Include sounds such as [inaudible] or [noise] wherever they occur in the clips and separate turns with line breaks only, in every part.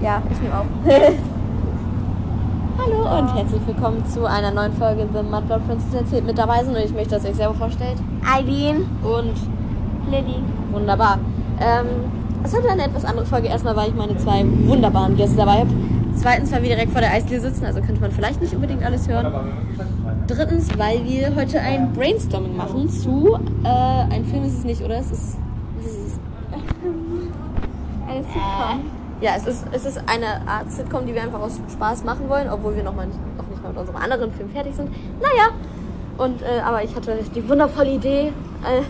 Ja, ich nehme auch.
[laughs] Hallo und herzlich willkommen zu einer neuen Folge The Mudblood Princess erzählt. Mit dabei sind und ich möchte, dass ihr euch selber vorstellt.
Eileen,
Und
Liddy.
wunderbar. Ähm, es wird eine etwas andere Folge. Erstmal, weil ich meine zwei wunderbaren Gäste dabei habe. Zweitens, weil wir direkt vor der Eisdiele sitzen, also könnte man vielleicht nicht unbedingt alles hören. Drittens, weil wir heute ein Brainstorming machen zu äh, ein Film ist es nicht, oder? Es ist, es ist
Alles Sitcom.
Ja, es ist, es ist eine Art Sitcom, die wir einfach aus Spaß machen wollen, obwohl wir noch, mal nicht, noch nicht mal mit unserem anderen Film fertig sind. Naja, und, äh, aber ich hatte die wundervolle Idee,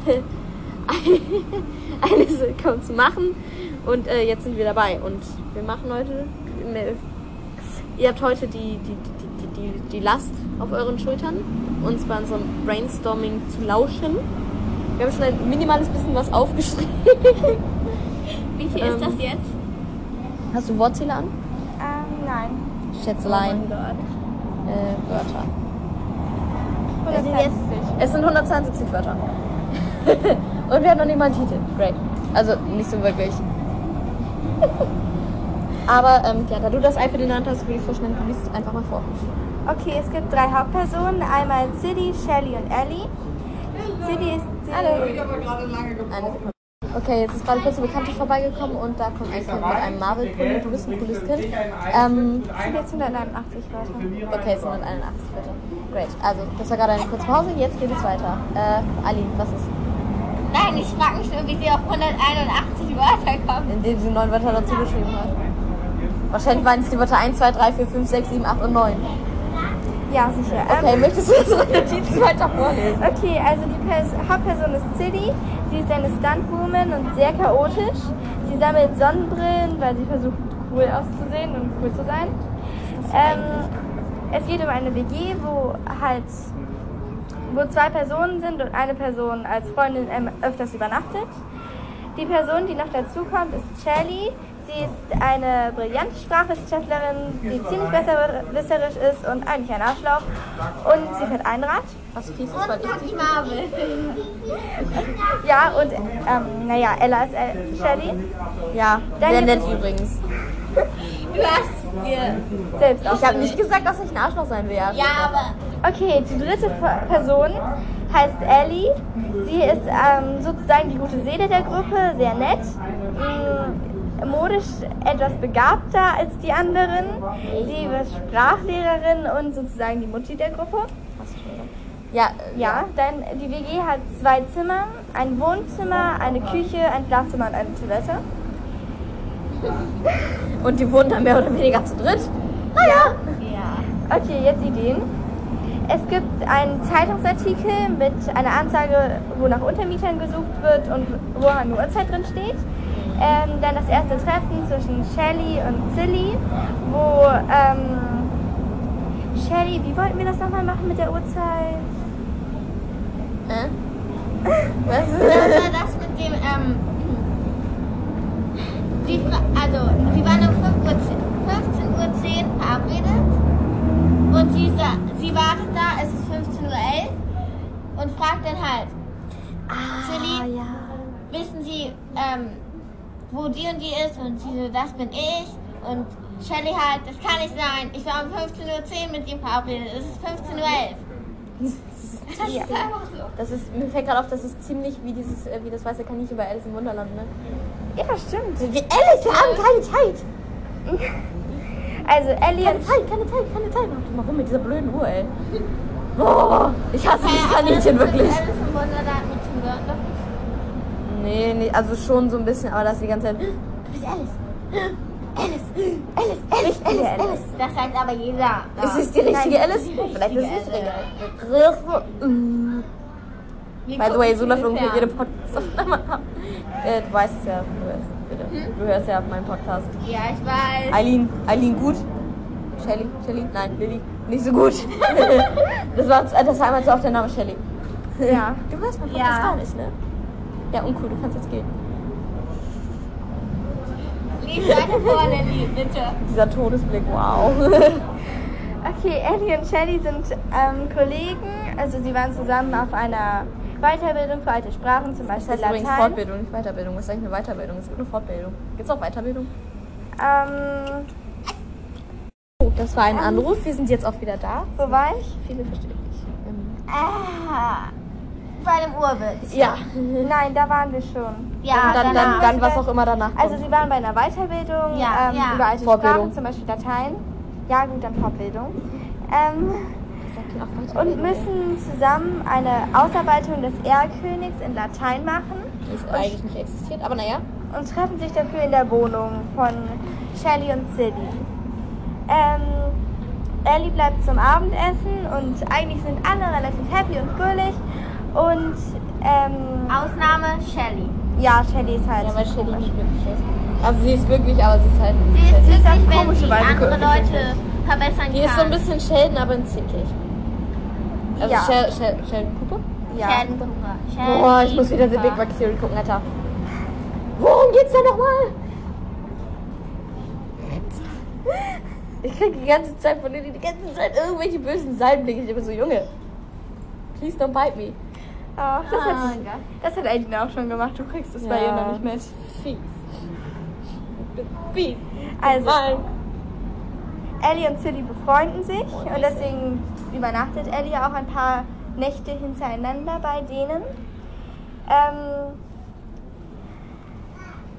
äh, [laughs] eine Sitcom zu machen. Und äh, jetzt sind wir dabei. Und wir machen heute. äh, Ihr habt heute die, die, die, die, die, die Last auf euren Schultern, uns bei unserem Brainstorming zu lauschen. Wir haben schon ein minimales bisschen was aufgeschrieben. [laughs]
Äh,
Wie viel
Ähm.
ist das jetzt?
Hast du Wortzähler an?
Ähm, nein.
Schätzelein.
Oh mein Gott.
äh, Wörter.
Wir sind jetzt
Es sind 172 Wörter. [laughs] Und wir haben noch nicht mal einen Titel. Great. Also nicht so wirklich. [laughs] Aber ähm, ja, da du das iPad in der Hand hast, würde ich vorstellen, du liest es einfach mal vor.
Okay, es gibt drei Hauptpersonen. Einmal City, Shelly und Ellie. City ist die
Eine Sekunde. Okay, jetzt ist gerade kurz eine Bekannte vorbeigekommen und da kommt ein Kind mit einem Marvel-Pulli. Du bist ein cooles Kind. Ähm,
sind jetzt 189 Wörter.
okay, es sind halt 181 Wörter. Great. Also, das war gerade eine kurze Pause. Jetzt geht es weiter. Äh, Ali, was ist?
Nein, ich frage mich nur, wie sie auf 181 Wörter kommen.
Indem sie neun Wörter dazu geschrieben hat. Wahrscheinlich waren es die Wörter 1, 2, 3, 4, 5, 6, 7, 8 und 9.
Ja, sicher.
Okay,
Ähm,
möchtest du unsere Notizen weiter vorlesen?
okay, also die Pers Hauptperson ist City. Sie ist eine Stuntwoman und sehr chaotisch. Sie sammelt Sonnenbrillen, weil sie versucht, cool auszusehen und cool zu sein. Ähm, es geht um eine WG, wo halt wo zwei Personen sind und eine Person als Freundin ähm, öfters übernachtet. Die Person, die noch dazu kommt, ist Shelly. Sie ist eine brillante Sprachwissenschaftlerin, die ziemlich besserwisserisch ist und eigentlich ein Arschloch. Und sie fährt ein Rad.
Was fies ist, weil ich dich
Ja, und ähm, naja, Ella ist äh, Shelly.
Ja, sehr
Dann-
nett übrigens.
Du hast dir.
Selbst auch.
Ich habe nicht gesagt, dass ich ein Arschloch sein werde.
Ja, aber.
Okay, die dritte F- Person heißt Ellie. Sie ist ähm, sozusagen die gute Seele der Gruppe, sehr nett, mh, modisch etwas begabter als die anderen. Sie ist Sprachlehrerin und sozusagen die Mutti der Gruppe.
Ja, äh,
Ja, dann die WG hat zwei Zimmer, ein Wohnzimmer, eine Küche, ein Schlafzimmer und eine Toilette.
Und die wohnen dann mehr oder weniger zu dritt.
Naja,
Ja.
Ah, Okay, jetzt Ideen. Es gibt einen Zeitungsartikel mit einer Anzeige, wo nach Untermietern gesucht wird und wo eine Uhrzeit drin steht. Ähm, dann das erste Treffen zwischen Shelly und Silly, wo ähm, Shelly, wie wollten wir das nochmal machen mit der Uhrzeit?
Äh? Was?
Das war das mit dem, ähm. Sie, fra- also, sie waren um 5 Uhr, 15.10 Uhr verabredet. Und sie, sa- sie wartet da, es ist 15.11 Uhr. Und fragt dann halt. Silly, wissen Sie, ähm, wo die und die ist? Und sie so, das bin ich. Und Shelly halt, das kann nicht sein. Ich war um 15.10 Uhr mit ihr verabredet. Es ist 15.11 Uhr.
Ja.
Das ist, mir fällt gerade auf, das ist ziemlich wie dieses, äh, wie das weiße Kaninchen bei Alice im Wunderland, ne?
Ja, stimmt.
Wir, Alice, wir haben keine Zeit!
Also Ellie
Keine [laughs]
und
Zeit, keine Zeit, keine Zeit! Mach doch mal rum mit dieser blöden Uhr, ey. Boah, ich hasse dieses Kaninchen wirklich.
Alice im Wunderland mit Tim Burton doch nicht.
Nee, nee, also schon so ein bisschen, aber das die ganze Zeit.
Alice, Alice, Alice, Alice.
Das sagt aber jeder.
Ist es die richtige
Nein,
Alice? Vielleicht ist es die
richtige
richtige.
Wir
By the way,
gucken
so läuft
viele
ungefähr jede
Fernsehen.
Hm?
Podcast-Aufnahme ab. Äh, du weißt es ja, du hörst, bitte. Du hörst ja meinen Podcast.
Ja, ich weiß.
Eileen, Eileen gut. Shelly, Shelly, nein, Lilly, nicht so gut. [laughs] das, war, das war einmal zu oft der Name Shelly.
Ja.
Du hörst meinen
Ja.
Podcast gar nicht, ne? Ja, uncool, du kannst jetzt gehen.
Lies weiter vor, Lilly, bitte.
Dieser Todesblick, wow. [laughs]
Okay, Ellie und Shelly sind ähm, Kollegen. Also sie waren zusammen auf einer Weiterbildung für alte Sprachen, zum
Das
Beispiel
heißt übrigens
Latein.
Fortbildung, nicht Weiterbildung. Das ist eigentlich eine Weiterbildung, es gibt eine Fortbildung. Gibt es auch Weiterbildung?
Ähm,
Oh, das war ein Anruf. Wir sind jetzt auch wieder da. Ähm,
wo war ich?
Viele verstehen dich.
Ah, bei dem Urwitz.
Ja. Ah,
Nein, da waren wir schon.
Ja,
dann, dann, dann,
danach.
dann was auch immer danach.
Also
kommt.
sie waren bei einer Weiterbildung
Ja,
ähm,
ja.
über alte
Vorbildung.
Sprachen, zum Beispiel Latein. Ja, gut, dann Vorbildung. Ähm, und müssen zusammen eine Ausarbeitung des Erlkönigs in Latein machen
ist eigentlich nicht existiert, aber naja.
und treffen sich dafür in der Wohnung von Shelley und Silly. Ähm, Ellie bleibt zum Abendessen und eigentlich sind alle relativ happy und fröhlich. Und ähm,
Ausnahme Shelly.
ja, Shelley ist halt.
Ja, weil Shelly nicht glücklich ist. Also sie ist glücklich, aber sie ist halt
Sie
nicht
ist glücklich, wenn
komische
sie
Weise
andere
glücklich.
Leute verbessern
Die
kann.
ist so ein bisschen Sheldon, aber in zickig. Also
Ja.
Shel- Shel- Sheldon Cooper?
ja.
Sheldon Cooper. Sheldon
Boah, Oh, ich muss wieder The
Cooper.
Big Bang Theory gucken, Alter. Worum geht's da nochmal? Ich krieg die ganze Zeit von dir die ganze Zeit irgendwelche bösen Seitenblicke. Ich bin so, Junge, please don't bite me.
Ach, Oh, das,
Ah,
hat,
ja.
das hat Aiden auch schon gemacht. Du kriegst es bei
Ja.
ihr noch nicht mit.
Fies. Fies.
Also,
Nein.
Ellie und Silly befreunden sich und deswegen übernachtet Ellie auch ein paar Nächte hintereinander bei denen. Ähm,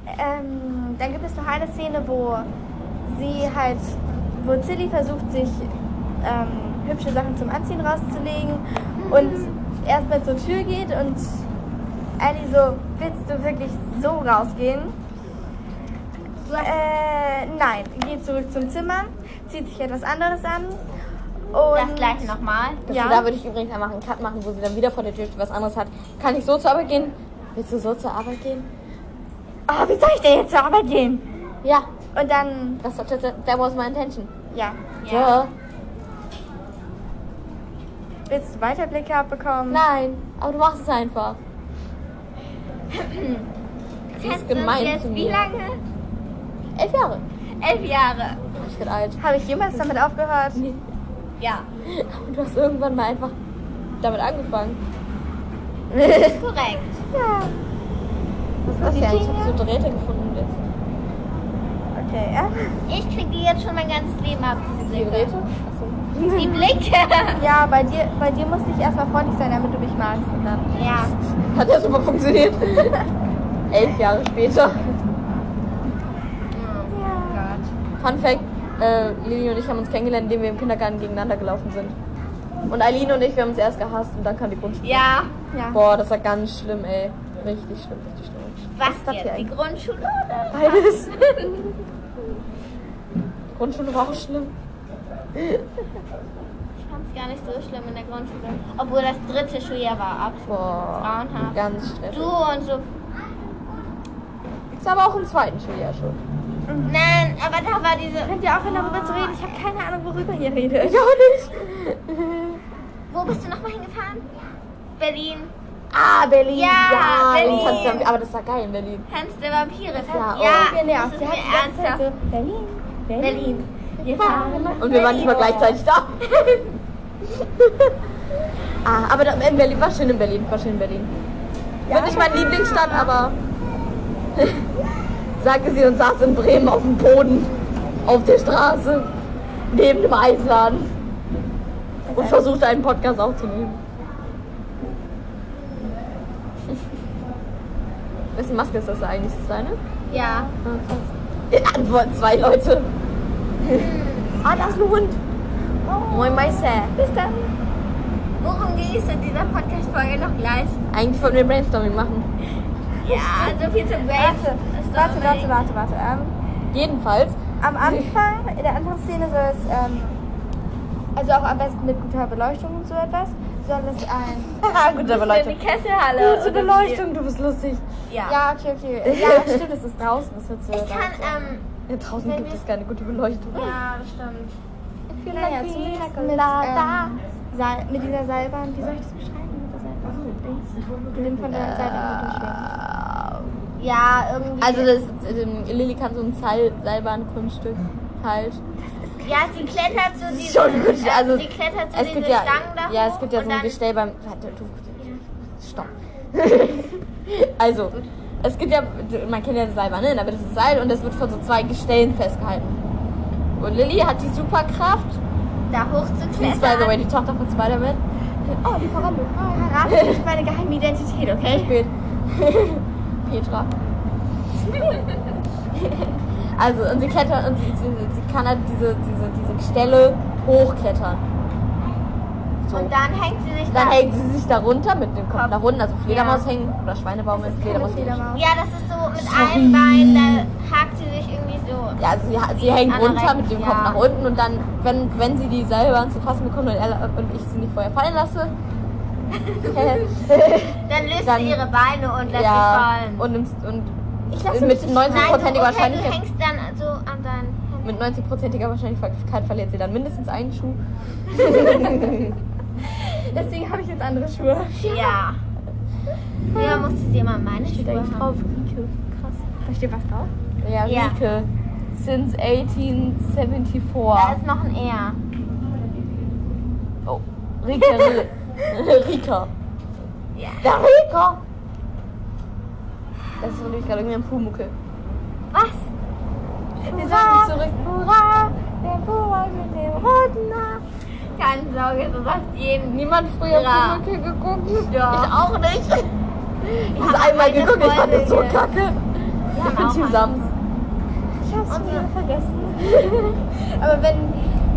ähm, dann gibt es noch eine Szene, wo sie halt, wo Silly versucht, sich ähm, hübsche Sachen zum Anziehen rauszulegen und erstmal zur Tür geht und Ellie so, willst du wirklich so rausgehen? Äh, nein, geht zurück zum Zimmer, zieht sich etwas anderes an und
Das gleiche nochmal.
Das,
Ja.
Da würde ich übrigens einmal einen Cut machen, wo sie dann wieder vor der Tür steht, was anderes hat. Kann ich so zur Arbeit gehen? Willst du so zur Arbeit gehen?
Oh, wie soll ich denn jetzt zur Arbeit gehen?
Ja,
Und dann,
das war tatsächlich, that was my intention.
ja,
Ja.
Duh.
willst du Weiterblicke abbekommen?
Nein, aber du machst es einfach.
Sie
ist gemein
jetzt
zu mir.
Wie lange?
Elf Jahre.
Elf Jahre.
Ich bin alt.
Habe ich jemals damit aufgehört?
Ja,
Und du hast irgendwann mal einfach damit angefangen.
korrekt.
Ja.
Was ist das
Die
denn? Ich
Dinge?
habe so Drähte gefunden jetzt.
Okay, ja.
Ich kriege die jetzt schon mein ganzes Leben ab, diese
Die
Blicke.
Drähte? Achso.
Die Blicke.
Ja, bei dir, bei dir musste ich erstmal freundlich sein, damit du mich magst. Und dann.
Ja.
Hat ja super funktioniert. [laughs] Elf Jahre später.
Ja.
Fun Fact: äh, Lili und ich haben uns kennengelernt, indem wir im Kindergarten gegeneinander gelaufen sind. Und Eileen und ich, wir haben uns erst gehasst und dann kam die Grundschule.
Ja.
ja.
Boah, das war ganz schlimm, ey. Richtig schlimm, richtig schlimm.
Was
das hier
jetzt? Die
eigentlich?
Grundschule oder?
Beides. [laughs] Grundschule war auch schlimm.
Ich fand es gar nicht so schlimm in der Grundschule. Obwohl das dritte Schuljahr war absolut
Boah,
grauenhaft.
ganz stressig.
Du und so.
Das war aber auch im zweiten Schuljahr schon.
Nein, aber da war diese.
Könnt ihr aufhören, darüber zu reden? Ich habe keine Ahnung, worüber ihr redet.
Ja, nicht.
Wo bist du nochmal hingefahren? Berlin.
Ah, Berlin.
Ja, Berlin.
in Potsdam, aber das war geil in Berlin.
Hans der Vampire. Das
Ja,
hat-
oh,
ja,
Wir
das
nervt.
ist
Wir
mir
hatten die ganze Zeit
ernsthaft.
so, Berlin, Berlin.
Berlin.
Wir fahren nach
Und wir waren nicht mal
Berlin.
gleichzeitig da. [laughs] ah, aber da, in Berlin war schön in Berlin, war schön in Berlin. Wird nicht meine Lieblingsstadt, aber [laughs] sagte sie und saß in Bremen auf dem Boden, auf der Straße, neben dem Eisladen und versuchte einen Podcast
[laughs]
aufzunehmen. Wessen Maske ist das da eigentlich? Ist das deine?
Ja.
Antworten zwei Leute. ah, da ist ein Hund. Moin, Meister.
Bis dann.
Worum ging es in dieser Podcast-Folge noch gleich?
Eigentlich wollten wir Brainstorming machen.
Ja, so viel zum
Warte,
Wave.
warte, warte, warte, warte. Ähm,
Jedenfalls.
Am Anfang, in der anderen Szene soll es, ähm, also auch am besten mit guter Beleuchtung und so etwas, soll es ein...
Ah, Gute
In die Kesselhalle.
Gute Beleuchtung, du bist lustig.
Ja.
Ja, okay, [laughs] okay. Ja, stimmt, es ist draußen, das wird so...
Ich kann, ähm,
Ja, draußen gibt es keine gute Beleuchtung.
ja, das stimmt.
Naja, zumindest mit, ähm, Seil, mit dieser Seilbahn, wie soll ich das beschreiben? Mit der Seilbahn? Die nimmt von der Seite
Ja, irgendwie.
Also das, ähm, Lilly kann so ein Seil, Seilbahnkunststück halt.
ja, sie klettert so diese,
Schon gut, also
sie klettert so
es
diese
gibt ja,
Stangen da
ja,
hoch
es gibt ja
und
so ein
dann-
Gestell beim. Warte, du, stopp. also, es gibt ja, man kennt ja das Seil, ne? In der Mitte ist das Seil und das wird von so zwei Gestellen festgehalten. Und Lilly hat die Superkraft.
Da
Sie ist, by the way,
hochzuklettern.
die Tochter von Spider-Man.
Oh, die Verwandlung. Verrate nicht meine geheime Identität, okay?
Spät. [laughs] Petra. [laughs] also, und sie klettert und sie, sie, sie kann halt diese, diese, diese Stelle hochklettern. So.
Und dann hängt sie sich
Dann
da.
hängt sie sich darunter mit dem Kopf
Kopf.
nach unten, also Fledermaus
Ja.
hängen oder Schweinebaum
Das
mit
ist keine
Fledermaus hängen.
Fledermaus.
Ja, das ist so mit einem Bein, da hakt sie sich irgendwie so.
Ja, also sie, ha- sie hängt
Andere
runter
Rechte,
mit dem
ja.
Kopf nach unten und dann, wenn, wenn sie die Seilbahn zu fassen bekommt und, Ella, und ich sie nicht vorher fallen lasse,
Dann löst
Dann-
sie ihre Beine und lässt
ja,
sie fallen.
und, nimmst- und
Ich
mit 90%iger
Nein, du, okay, du
Wahrscheinlichkeit
hängst dann so an deinen Händen.
Mit 90%iger Wahrscheinlichkeit verliert sie dann mindestens einen Schuh.
Deswegen habe ich jetzt andere Schuhe.
Ja. Früher musste sie immer meine
Steht
Schuhe
eigentlich drauf,
haben.
Rieke.
Da steht was drauf.
Ja,
Ja.
Rieke. Since
Da
1874.
ist noch ein R.
Oh, Rieke, Rieke. Rika.
Ja.
Der Rika! Das ist natürlich gerade irgendwie ein Pumuckel.
Was?
Wir sollten zurück.
Hurra! Der Boy mit dem roten Haar. Keine Sorge, so sagt jeden.
Niemand früher
Ja.
Pumuckel geguckt?
Doch.
Ich auch nicht.
Ich
Ich
hab
habe einmal
eine
geguckt, ich fand das so
Folge.
kacke.
haben
Ich bin
auch
Team
eine.
Sams.
Ich habe es
Und
wieder
so.
vergessen. [laughs] Aber wenn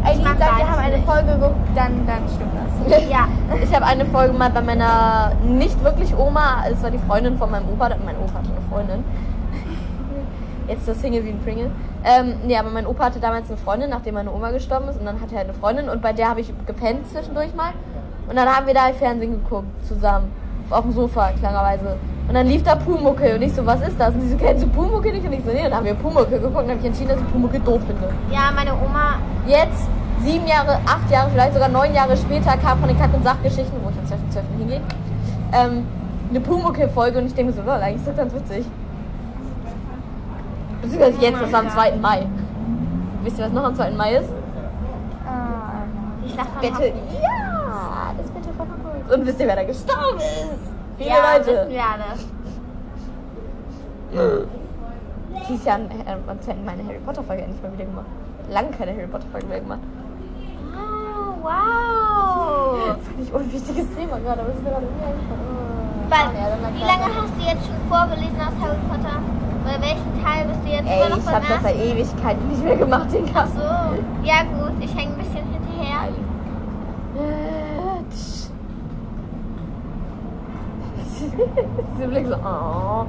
Eileen
mag
sagt, wir
beides
haben eine
nicht.
Folge geguckt, dann, dann stimmt das.
Ja.
Ich habe eine Folge mal bei meiner nicht wirklich Oma, es war die Freundin von meinem Opa, mein Opa hatte eine Freundin. Jetzt ist das Single wie ein Pringle. Ähm, nee, aber mein Opa hatte damals eine Freundin, nachdem meine Oma gestorben ist. Und dann hatte er eine Freundin und bei der habe ich gepennt zwischendurch mal. Und dann haben wir da Fernsehen geguckt, zusammen. Auf dem Sofa, klarerweise. Und dann lief da Pumuckel und ich so, was ist das? Und sie so, kennst du Pumuckel nicht? Und ich so, nee, dann haben wir Pumuckel geguckt und habe ich entschieden, dass ich Pumuckel doof finde.
Ja, meine Oma.
Jetzt, sieben Jahre, acht Jahre, vielleicht sogar neun Jahre später, kam von den Kack- und Sachgeschichten, wo ich am 12. 12. hingehe, ähm, eine Pumuckl-Folge und ich denke mir so, lol, eigentlich ist das ganz witzig. Beziehungsweise jetzt, das war am 2. Mai. Wisst ihr, was noch am 2. Mai ist?
Ich dachte von
Battle.
Hogwarts.
Ja, das Battle von Hogwarts. Und wisst ihr, wer da gestorben ist? Viele
Ja, wissen
Leute.
wir alle.
Dieses Jahr äh, am 2. Mai eine Harry Potter-Folge endlich mal wieder gemacht. Lange keine Harry Potter-Folge mehr gemacht.
Oh, wow.
Völlig unwichtiges Thema gerade, aber es ist mir gerade irgendwie eingefallen.
Weil,
Ja, dann mal
wie
klar.
lange hast du jetzt schon vorgelesen aus Harry Potter? Bei welchem Teil bist du jetzt
Ey,
immer noch
ich hab das eh- seit
ersten?
Ewigkeiten nicht mehr gemacht, den
Ach
Kasten.
so. Ja gut, ich hänge ein bisschen hinterher.
Äh, tsch. Dieser Blick so, oh.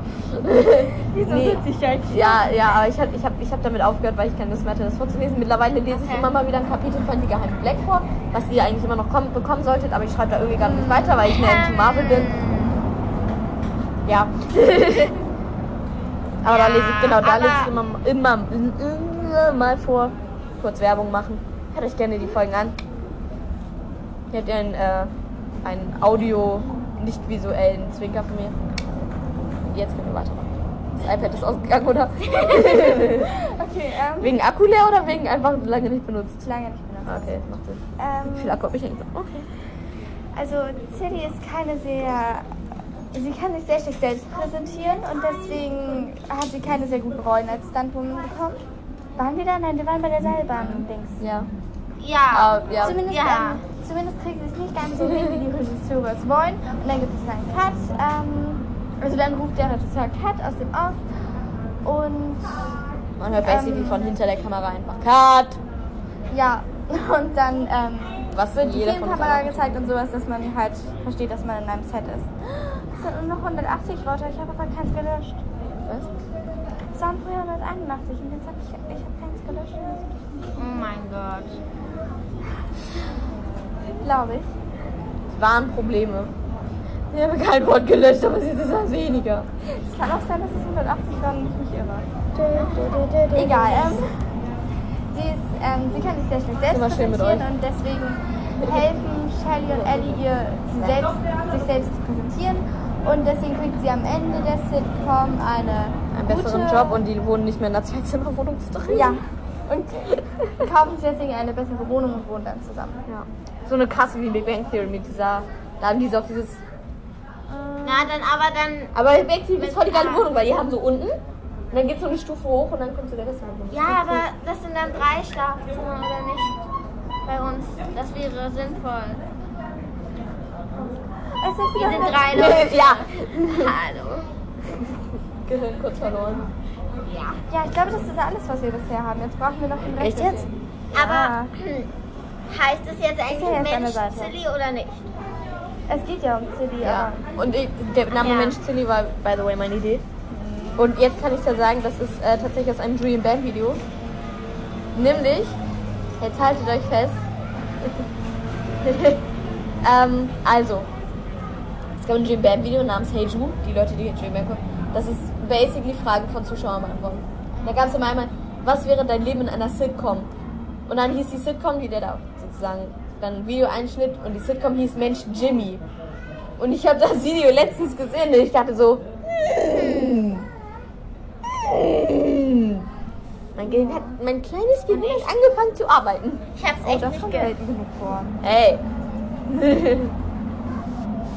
Wieso
Nee.
sitze ich jetzt?
Ja, ja, aber ich hab, ich, hab, ich hab damit aufgehört, weil ich keine Lust mehr hatte, das vorzulesen. Mittlerweile lese ich
Okay.
immer mal wieder ein Kapitel von Die Geheime Black vor, was ihr eigentlich immer noch kommen, bekommen solltet, aber ich schreibe da irgendwie gerade nicht weiter, weil ich mehr Team Marvel bin. Ja. [laughs] aber da lese ich, genau, da
aber-
lese ich immer, immer, immer mal vor. Kurz Werbung machen. Hört euch gerne die Folgen an. Hier habt ihr einen, äh, einen Audio, nicht visuellen Zwinker von mir. Jetzt können wir weitermachen. Das iPad ist ausgegangen, [laughs] oder?
[laughs] Okay, ähm.
wegen Akku leer oder wegen einfach lange nicht benutzt?
Lange nicht benutzt.
Ah, Okay, macht Sinn.
[laughs]
Wie viel
Ähm,
Akku hab ich eigentlich? noch? Okay.
also City ist keine sehr. Sie kann sich sehr schlecht selbst präsentieren und deswegen hat sie keine sehr guten Rollen als Stuntwoman bekommen. Waren wir da? Nein, wir waren bei der Seilbahn-Dings.
Ja.
Ja.
Ah, ja.
Zumindest,
Ja.
ähm, zumindest kriegen sie es nicht ganz so hin, wie die Regisseure es wollen. Und dann gibt es einen Cut. Ähm, also dann ruft der Regisseur Cut aus dem Off. Und
Man hört basically von hinter der Kamera einfach. Cut!
ja, [laughs] und dann ähm,
Was wird
jeder
jeder
viel
von uns
Kamera
einmal-
gezeigt und sowas, dass man halt versteht, dass man in einem Set ist. Es sind nur noch 180 Wörter, ich habe aber keins gelöscht.
Was?
Es waren früher 181 und jetzt habe ich, ich hab keins gelöscht.
Oh mein Gott.
Glaube ich.
waren Probleme. Ich habe kein Wort gelöscht, aber sie ist es weniger.
Es kann auch sein, dass es 180 waren und ich mich irre. Egal. Ähm, sie, ist, ähm, sie kann sich sehr schlecht selbst
immer schön mit
präsentieren und deswegen helfen Shelly und Ellie ihr, sie selbst, sich selbst zu präsentieren. Und deswegen kriegt sie am Ende der Sitcom eine
Einen besseren
gute,
Job und die wohnen nicht mehr in einer Zweizimmerwohnung drin.
ja und kaufen sich deswegen eine bessere Wohnung und wohnen dann zusammen.
ja. So eine Kasse wie Big Bang Theory mit dieser. Da haben die so auf dieses.
Na, dann aber dann.
Aber Backstreet ist voll die geile Wohnung, weil die haben so unten. Und dann geht's so eine Stufe hoch und dann kommt so der Rest
Ja, aber das sind dann drei Schlafzimmer oder nicht? Bei uns. Das wäre sinnvoll.
Es sind
Wir
wieder
sind
Leute.
drei
[laughs]
Leute.
Ja,
Hallo.
Gehirn kurz verloren.
Ja.
Ja, ich glaube, das ist alles, was wir bisher haben. Jetzt brauchen wir noch den Rest.
Echt jetzt?
Aber [clears throat] heißt es jetzt
ja
eigentlich
jetzt an der
Mensch
Seite.
Silly oder nicht?
Es geht ja um CD,
Ja.
aber
Und ich, der Name
Ja.
Mensch Silly war, by the way, meine Idee. Und jetzt kann ich ja sagen, das ist äh, tatsächlich aus einem Dream Band Video. Nämlich, jetzt haltet euch fest. [laughs] ähm, also, es gab ein Dream Band Video namens Hey Ju, die Leute, die Dream Band gucken. Das ist basically Fragen von Zuschauern beantworten. Da gab es immer einmal, was wäre dein Leben in einer Sitcom? Und dann hieß die Sitcom, die der da sozusagen dann ein Videoeinschnitt und die Sitcom hieß Mensch Jimmy. Und ich habe das Video letztens gesehen und ich dachte so. Mein, Gehirn hat, mein kleines Gehirn hat angefangen zu arbeiten.
Ich hab's echt
das
nicht
kommt
ge
selten genug vor.
Ey.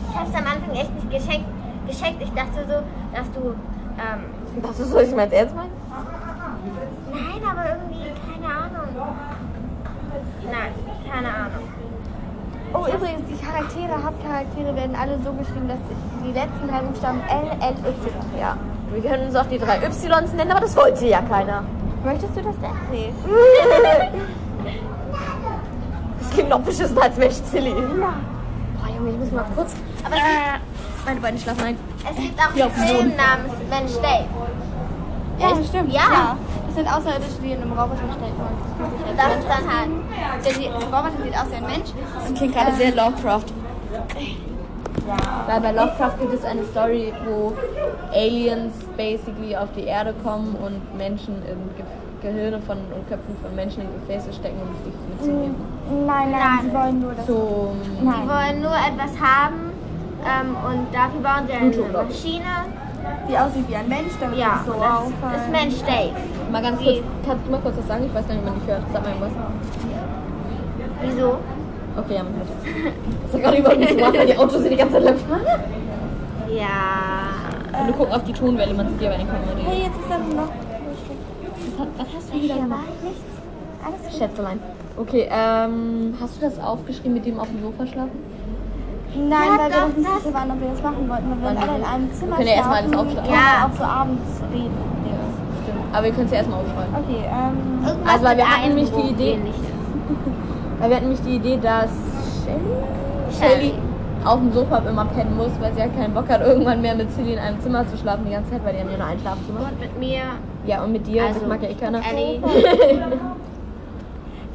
Ich hab's am Anfang echt nicht geschenkt. geschenkt. Ich dachte so, dass du. Ähm,
Das ist, was ich mein Ernst meine?
nein, aber irgendwie, keine Ahnung. Nein, keine Ahnung.
Oh, übrigens, die Charaktere, Hauptcharaktere werden alle so geschrieben, dass die letzten drei Buchstaben L, L, Y. Ja.
Wir können uns auch die drei Ys nennen, aber das wollte ja keiner.
Möchtest du das denn? Nee.
Das klingt noch beschissen als Mensch Silly.
Ja.
Boah, Junge, ich muss mal kurz.
Aber es,
Meine beiden schlafen ein.
es gibt auch
Hier
einen
auf dem
Film
Boden.
namens Mensch Dave.
Ja,
Echt?
stimmt.
Ja.
Das sind Außerirdische, die in einem Roboter versteckt wurden.
Das ist dann halt.
Der die- Roboter sieht aus wie ein Mensch.
Das klingt gerade sehr Lovecraft. Ähm. Weil bei Lovecraft gibt es eine Story, wo Aliens basically auf die Erde kommen und Menschen in Ge Gehirne von und Köpfen von Menschen in Gefäße stecken und sich funktionieren.
Nein, nein, sie wollen nur das.
So,
Die
Nein.
wollen nur etwas haben ähm, und dafür bauen sie
Pluto,
eine
glaub ich.
Maschine.
Die aussieht wie ein Mensch, damit
Ja,
sie so
das
auffallen.
ist Mensch Dave.
mal ganz kurz, kannst du mal kurz was sagen? Ich weiß gar nicht, ob man dich hört. Sag mal irgendwas.
Wieso?
Okay, ja, man hört [laughs] es. Sag auch überhaupt nicht so laut, weil die Autos sind die ganze Zeit laufen.
Ja.
Und du guckst auf die Tonwelle, man sieht dir aber den Kamera. nicht.
Hey, jetzt ist das noch.
Was hast du wieder gemacht? Nichts. Schätzelein. Okay, ähm, hast du das aufgeschrieben mit dem auf dem Sofa schlafen?
Nein,
Ja,
weil wir
doch,
uns nicht
das-
sicher waren, ob wir das machen wollten. Weil wir
Nein,
uns alle in
nein.
einem Zimmer
können ja erstmal alles
schlafen,
aufschlagen.
Ja.
Auch so abends reden.
Ja, stimmt. Aber wir können es ja erstmal aufschreiben.
Okay, ähm.
Irgendwas
Also, weil wir
mit
hatten nämlich die
Einbruch
Idee-
geht nicht.
Weil wir hatten nämlich die Idee, dass Shelly
Shelly.
auf dem Sofa immer pennen muss, weil sie ja keinen Bock hat, irgendwann mehr mit Silly in einem Zimmer zu schlafen die ganze Zeit, weil die haben ja nur ein Schlafzimmer.
Und mit mir.
Ja, und mit dir,
Also,
das mag ja eh keiner.
Ellie.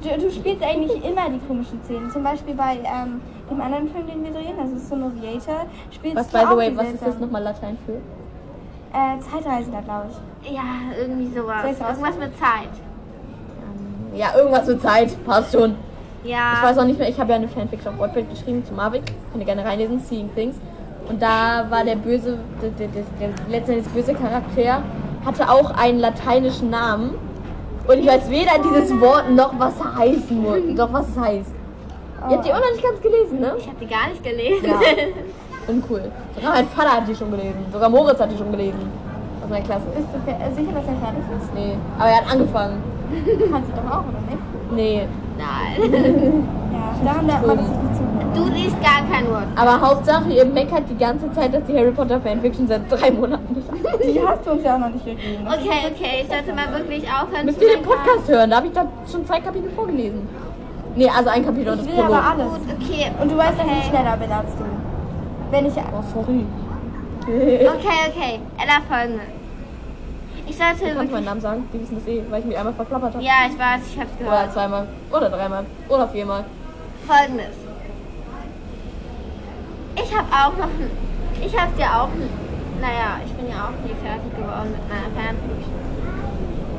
Du, du spielst eigentlich immer die komischen Szenen. Zum Beispiel bei ähm, dem anderen Film, den wir drehen, das ist Sonoviator, spielst
[laughs] Was,
du
by
auch
the way,
die
was ist das
seltsamen-
nochmal Latein für?
Äh, Zeitreisender, glaube ich.
Ja, irgendwie sowas.
Soll ich's
Irgendwas
rausfinden?
mit Zeit.
Ja, irgendwas mit Zeit, passt schon. Ich
Ja.
weiß auch nicht mehr, ich habe ja eine Fanfiction auf Wattpad geschrieben zu Mavic. Könnt ihr gerne reinlesen, Seeing Things. Und da war der böse, der, der, der, der letztendlich böse Charakter, hatte auch einen lateinischen Namen. Und ich weiß weder dieses Wort noch was er heißen muss, noch was es heißt. Ihr habt die auch noch nicht ganz gelesen, ne?
Ich hab die gar nicht gelesen.
Ja.
[laughs]
Uncool. Sogar mein Vater hat die schon gelesen. Sogar Moritz hat die schon gelesen. Aus meiner Klasse.
Bist du fe- äh, sicher, dass er fertig ist?
Nee. Aber er hat angefangen.
Kannst du doch auch, oder nicht?
Nee.
Nein. [laughs]
Ja, daran lernt man, dass ich nicht zuhöre.
Du liest gar kein Wort.
Aber Hauptsache, ihr meckert die ganze Zeit, dass die Harry Potter Fanfiction seit drei Monaten nicht
Die hast du uns ja auch noch nicht gegeben. ne?
Okay, okay, ich sollte mal wirklich aufhören.
Müsst
zu
ihr den
meckern.
Podcast hören? Da habe ich da schon zwei Kapitel vorgelesen. Nee, also ein Kapitel und
Ich
das
will aber alles.
Prolog.
Gut, okay.
Und du weißt, dass ich
okay.
schneller bin als du. Wenn ich. äh,
Oh,
[laughs]
sorry.
Okay, okay. Ella folgende. Ich sollte
Kannst du meinen
wirklich.
Namen sagen? Die wissen das eh, weil ich mich einmal verklappert habe.
Ja, ich weiß, ich hab's
Oder
gehört.
zweimal. Oder dreimal. Oder viermal.
Folgendes. Ich habe auch noch, n- ich habe dir auch, n- naja, ich bin ja auch nie fertig geworden mit meiner Fanfiction.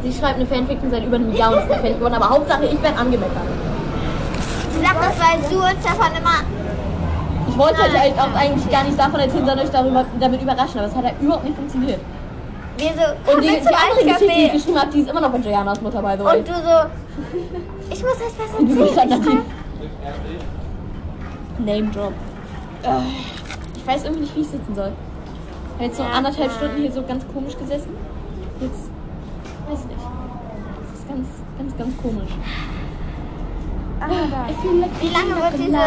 Sie schreibt eine Fanfiction seit über einem Jahr und ist nicht fertig geworden, aber Hauptsache ich werde angemeckert.
Ich sag das, weil du uns davon immer,
Ich wollte
Nein.
euch eigentlich auch eigentlich gar nicht davon erzählen, sondern euch darüber, damit überraschen, aber es hat ja überhaupt nicht funktioniert.
wir so, komm
Und die,
mit
die
zum
andere Geschichte, die ich
Eiscafé.
geschrieben habe, die ist immer noch von Joannas Mutter, by the way.
Und du so, ich muss euch was
Die Mutter
erzählen. Ich
Nadine.
komm.
Name Drop. Äh, Ich weiß irgendwie nicht, wie ich sitzen soll. Wir haben jetzt so
äh.
anderthalb Stunden hier so ganz komisch gesessen. Jetzt, weiß nicht. Das ist ganz, ganz, ganz komisch.
Aber
Ich fühle mich genau.
Wie lange wird diese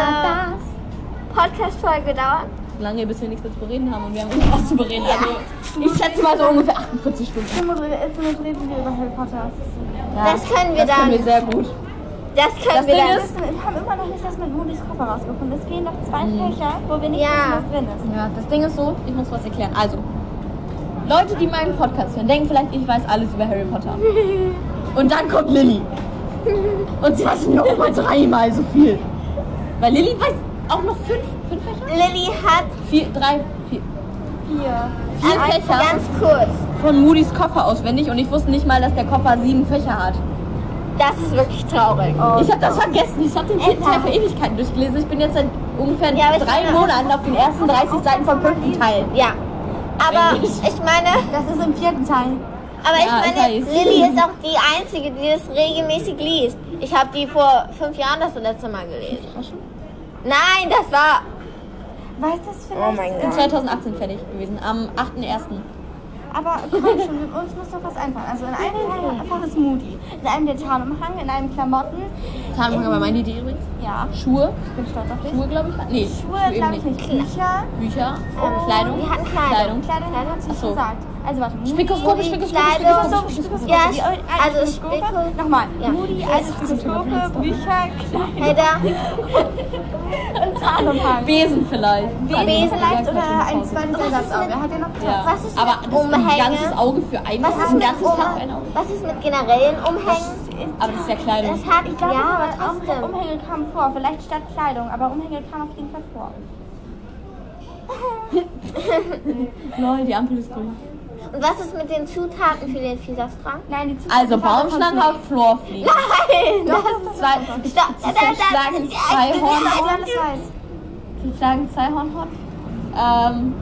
Podcast-Folge dauern?
lange, bis wir nichts mehr zu bereden haben und wir haben immer was zu bereden. Also, ich schätze mal so ungefähr 48 Stunden.
Zimmer reden wir über Harry Potter.
Ja,
Das können wir
das können
dann.
wir sehr gut.
Das können
Das
wir
Ding
dann.
ist-
Wir haben immer noch nicht das mit Moody's Koffer rausgefunden. Es fehlen noch zwei
Hm.
Fächer, wo wir nicht
Ja.
wissen, was drin ist.
Ja, das Ding ist so, ich muss was erklären. Also, Leute, die meinen Podcast hören, denken vielleicht, ich weiß alles über Harry
[laughs]
Potter. Und dann kommt Lilly. Und sie weiß noch mal dreimal so viel. Weil Lilly weiß auch noch fünf, fünf Fächer?
Lilly hat
Vier, drei, vier,
Vier.
vier
ein-
Fächer
ganz kurz.
von Moody's Koffer auswendig und ich wusste nicht mal, dass der Koffer sieben Fächer hat.
Das ist wirklich traurig.
Ich habe das vergessen. Ich habe den vierten Teil für Ewigkeiten durchgelesen. Ich bin jetzt seit ungefähr
Ja, aber ich
drei
kann-
Monaten auf den ersten 30 Seiten vom fünften Teil.
Ja. Aber
Eigentlich.
ich meine,
Das ist im vierten Teil.
aber ich
Ja, ich
meine,
weiß.
Lilly ist auch die einzige, die das regelmäßig liest. Ich habe die vor fünf Jahren das letzte Mal gelesen. Nein, das war.
Weißt du das vielleicht?
Oh mein
In
Gott.
2018 fertig gewesen, am 8.1.
Aber komm schon, mit uns muss doch was einfallen. Also in einem Teil einfach ist Moody. In einem der Tarnumhang, in einem Klamotten.
Tarnung war meine Idee übrigens.
Ja,
Schuhe,
ich bin stolz auf dich.
Schuhe glaube ich. Nee,
Schuhe, glaube ich
eben
nicht. Bücher.
Bücher, Kleidung,
wir hatten Kleidung.
Kleidung hat sie
Ach so.
gesagt. Also warte, Moody.
Spikoskope, Spikoskope,
Kleidung,
Spikoskope,
Spikoskope,
Spikoskope.
Ja,
die alten
also
Spikoskope.
Spiko-
Nochmal.
Ja.
Moody, alte Spikoskope, Bücher, Kleidung,
Hey, da.
Tarnumhang.
Besen vielleicht.
Besen vielleicht
Ja,
oder ein
Tausend.
zweites Ersatzauge. Hat er noch
Ja.
Was ist
Aber
mit
das ist ein
Umhänge?
ganzes Auge für ein
Was
Auge,
ist
ein
mit,
ganzes Tag ein Auge.
um, was ist mit generellen Umhängen?
Aber das ist ja Kleidung.
Das hat,
Ich glaube,
ja,
ja,
aber
aber trotzdem.
trotzdem.
Umhänge kamen vor. Vielleicht statt Kleidung, aber Umhänge kamen auf jeden Fall vor.
Lol, die Ampel ist grün.
Und was ist mit den Zutaten für den Fiesastrank?
Nein, die Zukunft
Also
war davon
Baumschlangenhaut, Florfliegen.
Nein!
zu- Doch, doch,
Zwei,
doch, doch.
Da, da, da,
zerschlagen zwei
Ja,
Hornhaut.
alles
Ah.
weiß.
Zerschlagen zwei Hornhaut. Ähm,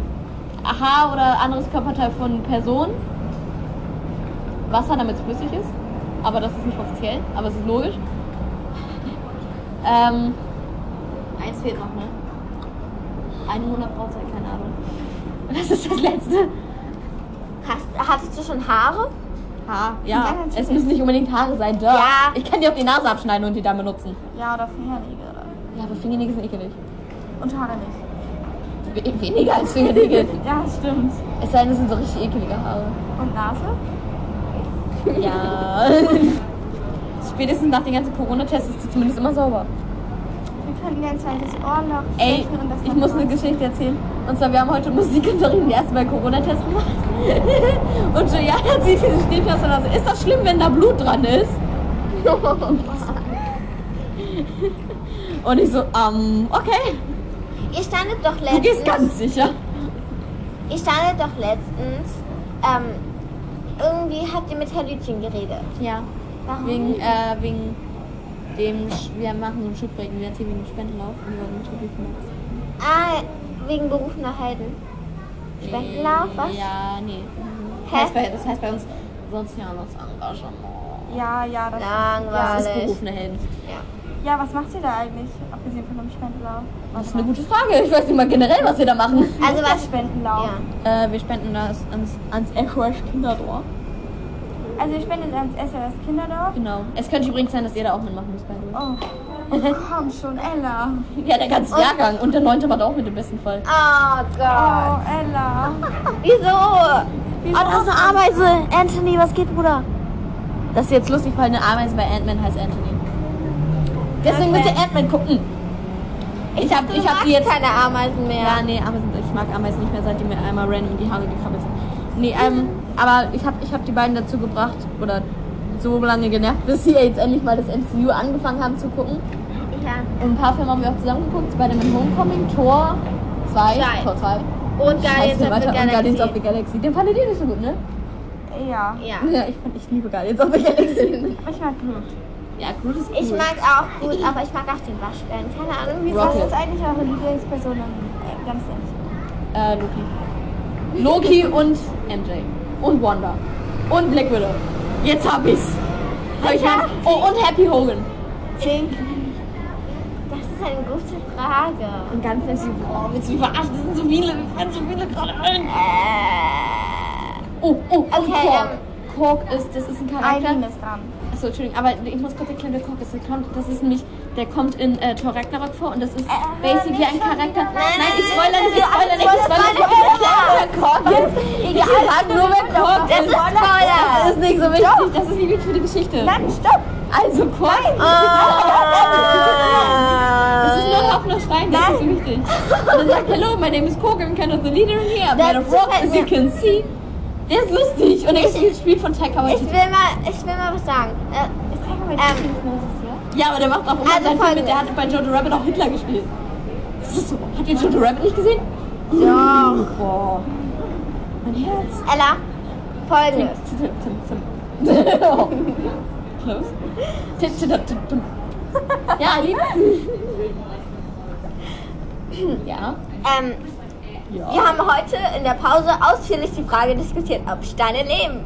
Haar oder anderes Körperteil von Personen. Wasser, damit es flüssig ist. Aber das ist nicht offiziell, aber es ist logisch. Ähm, eins fehlt noch, ne? Ein Monat braucht halt, keine Ahnung. Das ist das letzte.
Hast, hattest du schon Haare?
Haar, ja.
Ja, natürlich.
Es müssen nicht unbedingt Haare sein, duh.
Ja.
Ich kann dir auch die Nase abschneiden und die dann benutzen.
Ja, oder Fingernägel. Oder?
Ja, aber Fingernägel sind ekelig.
Und Haare nicht.
We- Weniger als Fingernägel.
Ja, stimmt.
Es sei denn, es sind so richtig ekelige Haare.
Und Nase?
Ja. Spätestens nach den ganzen Corona-Tests ist es zumindest immer sauber.
Wir könnten ja ein zweites Ohrloch
Ey,
stechen und das
ich
dann
muss eine
machen.
Geschichte erzählen. Und zwar, wir haben heute Musikunterricht den ersten Mal Corona-Test gemacht. [laughs] Und Juliana sieht diese Stäbchen und sagt, ist das schlimm, wenn da Blut dran
[laughs]
ist? Und ich so, ähm, okay,
Ihr standet doch
du gehst
letztens.
ganz sicher.
Ihr standet doch letztens. Ähm, irgendwie habt ihr mit Herr Lütchen geredet.
Ja,
Warum?
wegen, äh, wegen dem, Sch- wir machen so einen Schiffbrücken, wir erzählen wegen dem Spendenlauf und wir wollen Schiffbrücken machen.
Ah, wegen berufener Helden. Spendenlauf, was?
Ja, nee.
Hä?
Das heißt, bei, das heißt bei uns soziales Engagement.
Ja, ja, das
Das ist
Langweilig.
berufene Helden.
Ja, was macht ihr da eigentlich? Abgesehen von einem Spendenlauf.
Das ist eine gute Frage. Ich weiß nicht mal generell, was wir da machen.
Also
was?
was?
Spendenlauf.
Ja.
Äh, wir spenden das ans, ans Echoash Kinderdorf.
Also ich spende ans SOS Kinderdorf.
Genau. Es könnte übrigens sein, dass ihr da auch mitmachen müsst bei uns.
Oh. oh, komm schon, Ella.
Ja, der ganze Jahrgang. Und der neunte war da auch mit im besten Fall.
Oh Gott.
Oh, Ella.
Wieso?
Wieso?
Oh, das ist eine Ameise. Anthony, was geht, Bruder?
Das ist jetzt lustig, weil eine Ameise bei Ant-Man heißt Anthony. Deswegen müsst ihr Ant-Man gucken. Ich hab, ich hab die jetzt.
keine Ameisen mehr.
Ja, nee, Ameisen, ich mag Ameisen nicht mehr, seit die mir einmal random in die Haare gekrabbelt sind. Nee, ähm, aber ich hab, ich hab die beiden dazu gebracht, oder so lange genervt, bis sie jetzt endlich mal das MCU angefangen haben zu gucken. Oh.
Ja.
Und ein paar Filme haben wir auch zusammen geguckt, Spider-Man Homecoming, Tor 2,
Zwei.
Tor 2.
Und Guardians
Scheiße,
of the
weiter, und Guardians of the
Galaxy.
Galaxy. Den fandet ihr nicht so gut, ne?
Ja.
Ja.
Ja, ich, fand, ich liebe Guardians of the Galaxy.
Ich mag Groot.
ja, Groot ist cool.
Ich mag auch gut, aber ich mag auch den Waschbären. Keine Ahnung, wieso.
Rocket.
Was ist eigentlich eure Lieblingsperson im äh, ganzen MCU?
äh, Loki. Loki und MJ. Und Wanda. Und Black Widow. Jetzt hab ich's. Hab ich mein, oh, und Happy Hogan.
Das ist ist eine gute Frage.
Und ganz fest, oh, willst du mich verarschen? Das sind so viele, wir fallen so viele gerade ein.
Äh,
Oh, oh, oh,
Okay,
Kork. Kork ist, das ist ein
Ein
Charakter.
Meme ist dran.
Achso, Entschuldigung, aber ich muss kurz erklären, der Kork ist der Klon. Das ist nämlich, der kommt in äh, Thor Ragnarok vor und das ist basically ein Charakter. Nein, ich spoilere nicht, ich spoilere nicht, ich spoilere nicht. Ich erkläre, wer Kork ist. Ich sag nur, wer Kork
Das
ist.
ist Spoiler.
Das ist nicht so wichtig, das ist nicht wichtig für die Geschichte.
Nein, stopp!
Also Kork.
Oh.
[laughs]
Das ist nur ein Haufen auf Stein, das ist wichtig. Und dann sagt, hello, my name is Korg, I'm kind of the leader in here. I'm made of
Dazu
rock,
fällt
as you
mir-
can see. Der ist lustig und er spielt, spielt von Taika
Ich
Waititi.
will mal, ich will mal was sagen. Äh, ähm,
Ja, aber der macht auch immer seinen
Also
Film mit. Der hat
folgendes.
bei Jojo Rabbit auch Hitler gespielt. Das ist so. Hat ihr Jojo Rabbit nicht gesehen?
Ja.
Boah. Mein Herz.
Ella, folgendes.
Tim, Tim,
[laughs]
Tim. Oh. Close. Tim, tim, tim, tim, tim. Ja, lieb. Ja.
Ähm, wir
Ja.
haben heute in der Pause ausführlich die Frage diskutiert, ob Steine leben.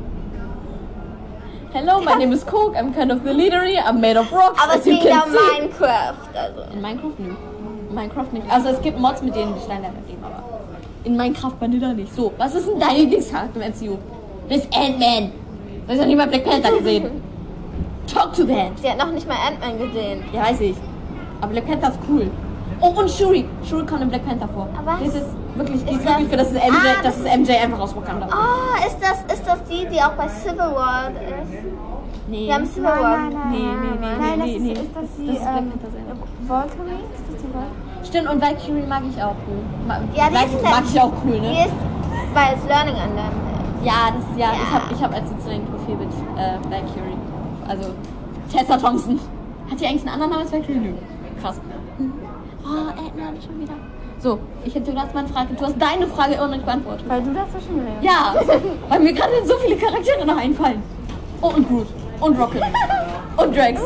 Hello, my name is Coke. I'm kind of the leader here. I'm made of rocks.
Aber es
Also,
as you
ging
can
ja um
see.
Minecraft. Also.
In Minecraft nicht. Minecraft nicht. Also es gibt Mods, mit denen die Steine leben, aber in Minecraft Vanilla nicht. So, was ist denn dein Lieblingscharakter im MCU? Das ist Ant-Man. Du hast ja nie mal Black Panther gesehen. Talk to the Ant.
Sie hat noch nicht mal Ant-Man gesehen.
Ja, weiß ich. Aber Black Panther ist cool. Oh, und Shuri. Shuri kommt in Black Panther vor.
Aber
das ist wirklich, die
ist
ist wirklich
das-
für das ist MJ,
Ah,
das ist MJ einfach aus Wakanda.
Oh, ist das, ist das die, die auch bei Civil War ist?
Nee.
Wir haben Civil War.
Nee, nee, nee,
Nein, das
nee,
ist,
nee.
ist das die
Das ist Black
ähm,
Panther selber.
Valkyrie? Ist das die Valkyrie?
Stimmt, und Valkyrie mag ich auch cool. Ma
Ja, die
Valkyrie
ist
mag ich auch cool, ne?
Die ist bei das Learning an der
Ja, das ja, ich habe ich hab als sozusagen Profilbild äh, Valkyrie. Also Tessa Thompson. Hat die eigentlich einen anderen Namen als Valkyrie? Nö. Krass. Hm. Oh, Edmund schon wieder. So, ich hätte gerade meine Frage. Du hast deine Frage immer noch nicht beantwortet.
Weil du dazwischen redest.
Ja, [laughs] weil mir gerade so viele Charaktere noch einfallen. Oh, und Groot. Und Rocket. [laughs] Und [laughs] Drax.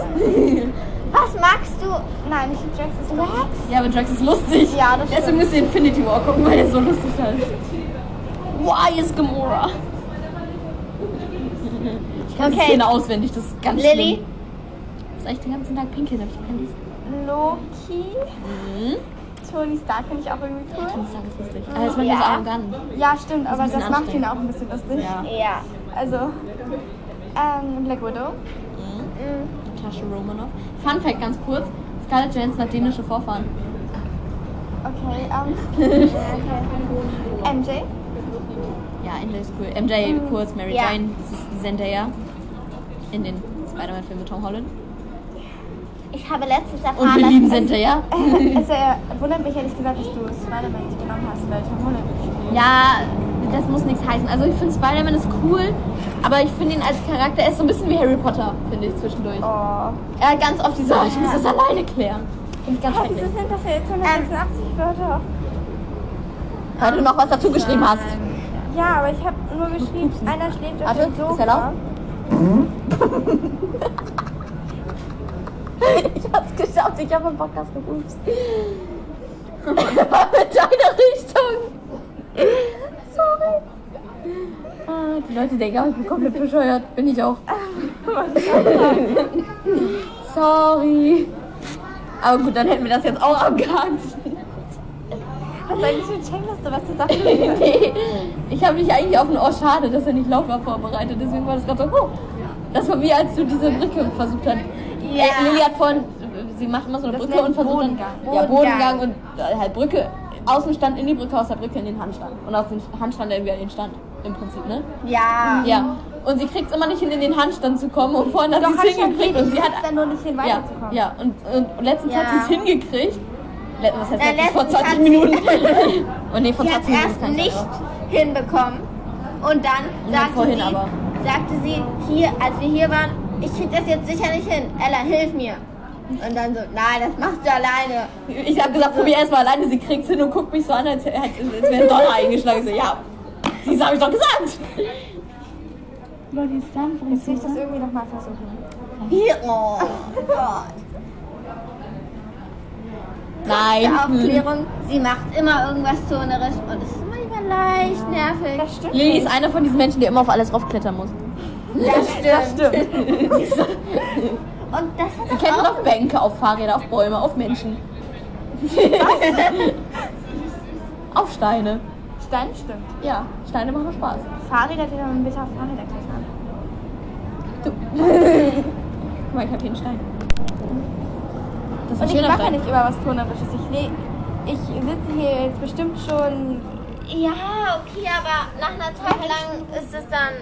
Was magst du?
Nein, ich Jax ist Drax.
Ja, aber Drax ist lustig.
Ja, das
Deswegen müsst ihr Infinity War gucken, weil er so lustig ist. Why is Gamora? Ich kann die
Okay.
Szene auswendig, das ist ganz
Lilly?
schlimm. Das ist eigentlich den ganzen Tag pinkeln, aber ich kann dies.
Loki.
Mhm.
Tony Stark finde ich auch irgendwie cool.
Das ist alles lustig. Also, Aber jetzt machen
Oh, Ja.
wir so arrogant.
Ja, stimmt, aber
ein bisschen
das macht ihn auch ein bisschen lustig.
Ja.
Ja.
Also, ähm, Black Widow.
Mm.
Natasha Romanoff. Fun Fact ganz kurz. Scarlett Johansson hat dänische
[laughs]
Vorfahren.
Okay, ähm, MJ.
Ja, MJ ist cool. MJ kurz, Mary
Hm, Ja.
Jane. Das ist Zendaya. In den Spider-Man-Filmen mit Tom Holland.
Ich habe letztens erfahren,
Und wir lieben
dass
Zendaya.
[laughs] Also, äh, wundert mich ehrlich gesagt, dass du Spider-Man nicht genommen hast, weil Tom Holland nicht spielt.
Ja, das muss nichts heißen. Also ich finde Spider-Man ist cool, aber ich finde ihn als Charakter, er ist so ein bisschen wie Harry Potter, finde ich zwischendurch.
Oh.
Er hat ganz oft diese, oh, ich muss das alleine klären. Finde ich ganz
Was ist
schrecklich.
das denn, dass er jetzt 186 Wörter
Weil du noch was dazu geschrieben hast.
Ja, aber ich habe nur geschrieben, einer schläft auf
Warte,
dem
ist
Sofa.
er laut? [laughs] Ich hab's geschafft, ich habe im Podcast gerufen. Aber [laughs] mit deiner Richtung. Sorry. Ah, die Leute denken, auch, ich bin komplett bescheuert. Bin ich auch. [laughs] Sorry. Aber gut, dann hätten wir das jetzt auch abgehakt.
Hast du eigentlich eine Checkliste, was du
[laughs]
sagst?
nee, ich habe mich eigentlich auf ein Oh, schade, dass er nicht laut war vorbereitet. Deswegen war das gerade so, oh. Das war wie als du diese Brücke versucht hast.
Ja.
Äh, Lilly hat vorhin, sie macht immer so eine
Das
Brücke und
nennt
versucht dann.
Bodengang.
Ja, Bodengang
Bodengang.
und äh, halt Brücke. Außenstand in die Brücke, aus der Brücke in den Handstand. Und aus dem Handstand irgendwie an den Stand. Im Prinzip, ne?
Ja.
Ja. Und sie kriegt es immer nicht hin, in den Handstand zu kommen. Und vorhin hat
Doch,
sie es
Handstand
hingekriegt. Und sie hat
kriegst dann nur nicht hin
ja,
weiterzukommen.
ja. Und, und, und letztens
Ja.
hat sie es hingekriegt. Le was heißt
Äh,
letztens? Vor
letztens hat
20
sie-
Minuten.
[laughs]
und nee, vor
Sie hat
20 Minuten.
erst
kann ich
nicht
auch.
hinbekommen. Und dann
Und dann
sagte,
vorhin
sie,
aber.
sagte sie, hier, als wir hier waren, ich krieg das jetzt sicher nicht hin. Ella, hilf mir. Und dann so, nein, das machst du alleine.
Ich habe gesagt, probier erstmal alleine. Sie kriegt's hin und guckt mich so an, als, als, als wäre ein Donner eingeschlagen. Ich so, ja, das habe ich doch gesagt.
Jetzt will ich das irgendwie nochmal versuchen.
Hier, oh Gott. Zur
Nein.
Aufklärung, sie macht immer irgendwas zonerisch und es ist manchmal leicht nervig.
Das stimmt.
Lilly ist einer von diesen Menschen, der immer auf alles raufklettern muss.
Das stimmt.
Das stimmt.
Und das hat
Die klettern
auch...
Ah.
auf Bänke, auf Fahrräder, auf Bäume, auf Menschen. [laughs] Auf Steine.
Stein stimmt.
Ja, Steine machen Spaß.
Fahrräder, wir haben bitte auf Fahrräder klettern.
Du. Guck mal, ich hab hier einen Stein. Das ist ein
Und ich
schöner
mache
Stein.
nicht immer was Turnerisches. Ich, le- ich sitze hier jetzt bestimmt schon
Ja, okay, aber nach einer Zeit lang ist es dann.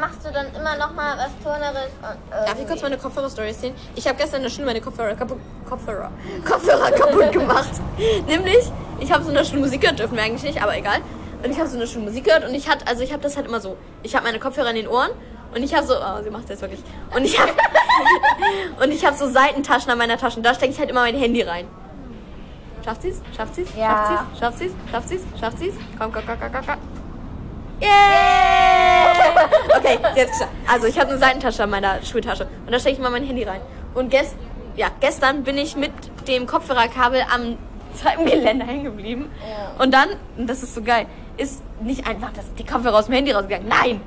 Machst du dann immer noch mal was Turnerisches und.
Darf ich
irgendwie-
kurz meine Kopfhörer-Story sehen? Ich habe gestern in der Schule meine Kopfhörer kaputt, Kopfhörer, [laughs] Kopfhörer kaputt gemacht. [laughs] Nämlich, ich habe so in der Schule Musik gehört, dürfen wir eigentlich nicht, aber egal. Und ich habe so in der Schule Musik gehört und ich hatte, also ich habe das halt immer so. Ich habe meine Kopfhörer in den Ohren und ich habe so, oh, sie macht jetzt wirklich. Und ich habe und ich habe so Seitentaschen an meiner Tasche und da stecke ich halt immer mein Handy rein. Schafft sie's? Schafft sie's?
Ja.
Schafft sie's? Schafft sie's? Schafft sie's? Schafft sie's? Komm, komm, komm, komm, komm, komm. Yay! Okay, jetzt geschafft. Also ich habe eine Seitentasche an meiner Schultasche und da stecke ich mal mein Handy rein. Und gest ja, gestern bin ich mit dem Kopfhörerkabel am Treppengeländer hängen geblieben. Und dann, und das ist so geil, ist nicht einfach das, die Kopfhörer aus dem Handy rausgegangen. Nein!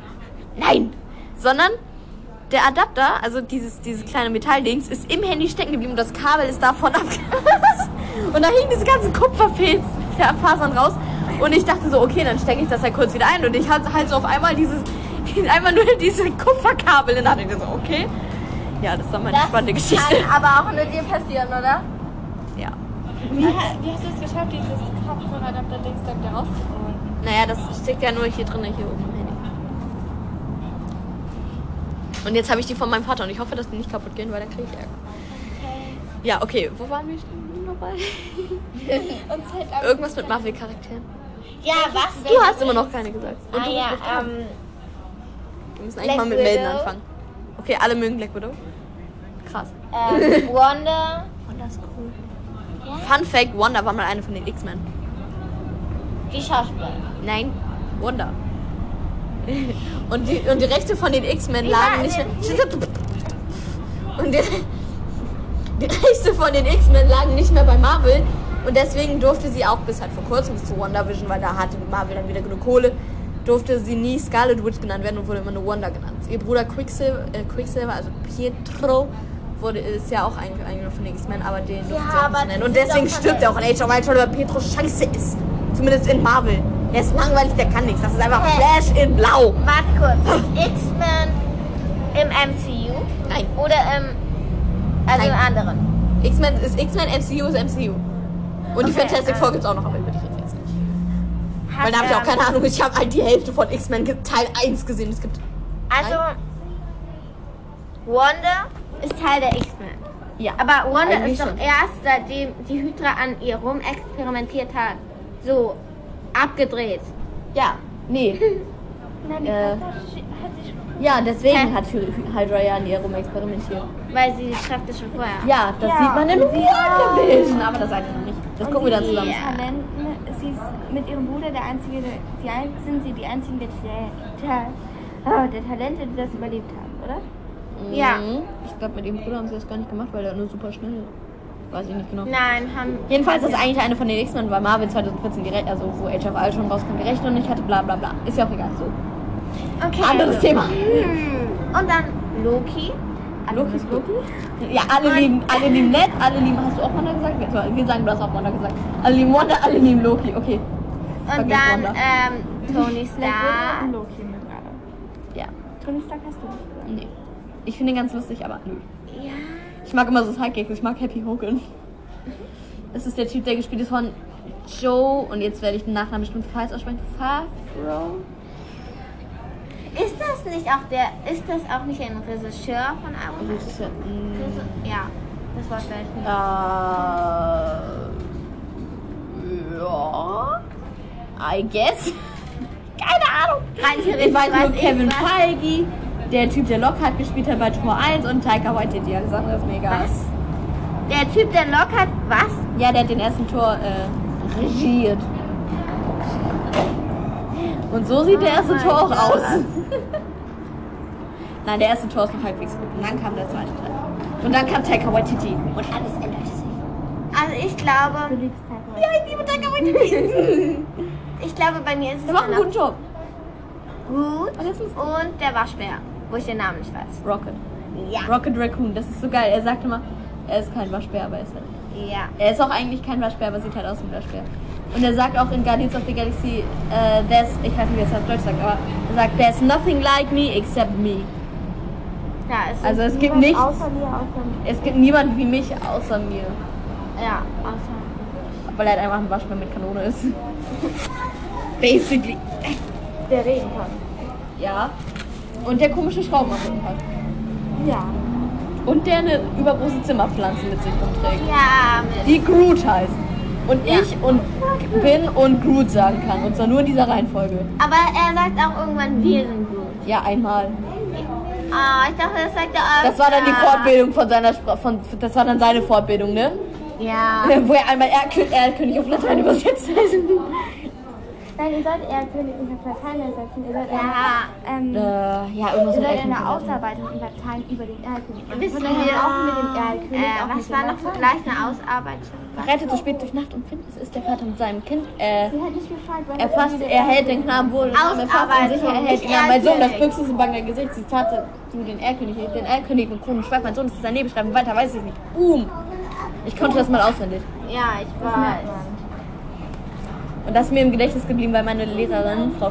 Nein! Sondern der Adapter, also dieses, dieses kleine Metalldings, ist im Handy stecken geblieben und das Kabel ist davon [laughs] abgerissen. Und da hingen diese ganzen Kupferfasern raus. Und ich dachte so, okay, dann stecke ich das halt kurz wieder ein. Und ich hatte halt so auf einmal dieses, [laughs] einmal nur diese Kupferkabel in der Hand. Und ich so, okay. Ja, das war meine
Das
spannende Geschichte.
kann aber auch nur dir passieren, oder?
Ja.
Wie, wie hast du es geschafft, dieses Kopfhöreradapter-Dings da wieder rauszuholen?
Naja, das steckt ja nur hier drin, hier oben im Handy. Und jetzt habe ich die von meinem Vater und ich hoffe, dass die nicht kaputt gehen, weil dann kriege ich Ärger. Ja, okay. Wo waren wir stehen
[laughs]
nochmal?
Und halt am-
Irgendwas mit Marvel-Charakteren.
Ja, was?
Du hast immer noch keine gesagt. Und
Ah
du
ja,
bist noch dran.
ähm.
Wir müssen
Black
eigentlich mal mit Melden
Widow.
anfangen. Okay, alle mögen Black Widow. Krass.
ähm Wanda.
Wanda ist cool. Fun Fact, Wanda war mal eine von den X-Men.
Die Schauspielerin.
Nein, Wanda. und, die, und die Rechte von den X-Men
Die
lagen
war
nicht mehr...
eine-
Und die, die Rechte von den X-Men lagen nicht mehr bei Marvel. Und deswegen durfte sie auch bis halt vor kurzem, bis zu WandaVision, weil da hatte Marvel dann wieder genug Kohle, durfte sie nie Scarlet Witch genannt werden und wurde immer nur Wanda genannt. Ihr Bruder Quicksilver, äh, Quicksilver also Pietro, wurde, ist ja auch eigentlich einer von den X-Men, aber den durfte
Ja,
sie auch
aber
nicht nennen. Und
die sind
deswegen
doch von
stirbt
der-
er auch in Age of Ultron, weil Pietro scheiße ist. Zumindest in Marvel. Der ist langweilig, der kann nichts. Das ist einfach
Hä?
Flash in Blau.
Warte kurz. Ist X-Men im MCU?
Nein,
Oder im.
Nein.
Also im anderen?
X-Men ist X-Men, MCU ist MCU. Und die
Okay,
Fantastic
ah.
Four gibt's auch noch, aber über die reden wir jetzt nicht.
Hat,
Weil da habe ich auch
ähm,
keine Ahnung, ich habe halt die Hälfte von X-Men ge- Teil 1 gesehen. Es gibt.
Also, Wanda ist Teil der X-Men.
Ja.
Aber Wanda
Eigentlich
ist doch
schon.
erst, seitdem die Hydra an ihr rum experimentiert hat, so abgedreht.
Ja, nee.
Nein, die
Äh.
Katze hat sich- hat sich
Ja, deswegen
Hä?
hat Hy- Hydra ja an ihr rumexperimentiert.
Weil sie die Kräfte schon vorher.
Ja, das
Ja.
sieht man in WandaVision. Aber das sage ich noch nicht. Das gucken wir dann
sie-
zusammen.
Ja.
Talenten, sie ist mit ihrem Bruder der einzige, die ein, sind sie die einzigen der, der, oh, der Talente, die das überlebt haben, oder?
Ja.
Mhm. Ich glaube, mit ihrem Bruder haben sie das gar nicht gemacht, weil der nur super schnell ist. Weiß ich nicht genau.
Nein, haben.
Jedenfalls ist eigentlich eine von den X-Men bei Marvel 2014, die Re- also wo Age of Ultron rauskam, die Rechte und ich hatte bla bla bla. Ist ja auch egal. So.
Okay.
Anderes
also.
Thema.
Hm. Und dann Loki.
Loki ist Loki? Ja, alle lieben, alle lieben Ned, alle lieben, hast du auch Wanda gesagt? Wir, wir sagen, du hast auch Wanda gesagt. Alle lieben Wanda, alle lieben Loki, okay.
Und
Vergiss
dann
Wanda. [laughs]
ähm,
Black
Tony
Widow und
Stark.
Loki mit gerade.
Ja,
Tony Stark hast du nicht.
nee. Ich finde ihn ganz lustig, aber nö.
Ja.
Ich mag immer so Sidekicks, ich mag Happy Hogan. Das ist der Typ, der gespielt ist von Joe, und jetzt werde ich den Nachnamen bestimmt falsch aussprechen, Favreau?
Ist das nicht auch der. Ist das auch nicht ein Regisseur von Iron Man? Regi-
Mhm.
Ja. Das Wort weiß ich
Äh,
nicht.
ja. I guess. Keine Ahnung.
Rein
[laughs]
theoretisch
Ich weiß nur
weiß ich,
Kevin
was-
Feige, der Typ, der Lockhart gespielt hat bei Tor 1 und Taika Waititi. Alles andere ist mir egal.
Was? Der Typ, der lockert, was?
Ja, der hat den ersten Tor äh, regiert. Und so sieht der
Oh
erste
mein
Tor auch
Gott.
aus. [laughs] Nein, der erste Tor ist noch halbwegs gut. Und dann kam der zweite Teil. Und dann kam Taika Waititi. Und alles änderte sich.
Also ich glaube,
liebst Tag
Ja, ich liebe Taika Waititi. [laughs]
ich glaube bei mir ist es
Der macht
dann
einen guten
noch
Job.
gut
Was ist das?
und der Waschbär, wo ich den Namen nicht weiß.
Rocket.
Ja.
Rocket Raccoon, das ist so geil. Er sagt immer, er ist kein Waschbär, aber er ist halt.
Ja.
Er ist auch eigentlich kein Waschbär, aber sieht halt aus wie ein Waschbär. Und er sagt auch in Guardians of the Galaxy, äh, there's, ich weiß nicht, wie er es auf Deutsch sagt, aber er sagt, there's nothing like me except me.
Ja, es
Also
ist,
es gibt
Niemand
nichts,
Außer mir, außer mir.
es gibt niemanden wie mich außer mir.
ja, außer.
Weil er halt einfach ein Waschbär mit Kanone ist. [laughs] Basically.
Der reden kann.
Ja. Und der komische Schrauben am Rücken hat.
Ja.
Und der eine übergroße Zimmerpflanze mit sich rumträgt.
Ja, mit.
die Groot heißt. Und ich und bin und Groot sagen kann. Und zwar nur in dieser Reihenfolge.
Aber er sagt auch irgendwann, wir sind gut.
Ja, einmal.
Ah, ich dachte, das sagt er auch.
Das war dann die Fortbildung von seiner Spra von Das war dann seine Fortbildung, ne?
Ja.
Wo er einmal Erdkö- Erdkönig auf Latein übersetzt hat.
Nein, ihr sollt eher König in Latein ersetzen. Ihr sollt eher,
Ja.
ähm,
Äh, ja,
ihr
irgendwas mit
sollt eine
Erdkönig.
Ausarbeitung in Latein über den Erlkönig machen.
Wisst
Und
ihr,
dann auch mit dem
äh,
Erlkönig. auch mit
was
dem
war noch
Latein.
gleich eine Ausarbeitung?
Rettet zu spät durch Nacht und findet es ist der Vater mit seinem Kind. Äh,
Sie hat nicht gefragt, wann
er fasst, er hält den Knaben wohl. und Er fasst und sicher, er hält den Namen. Mein Sohn, das Büchse ist bange Gesicht. Sie tat du den Erlkönig, den Erlkönig mit Kronen schweigt. Mein Sohn, das ist daneben schreiben. Weiter weiß ich nicht. Um. Ich konnte das mal auswendig.
Ja, ich weiß.
Und das ist mir im Gedächtnis geblieben, weil meine Lehrerin, Frau,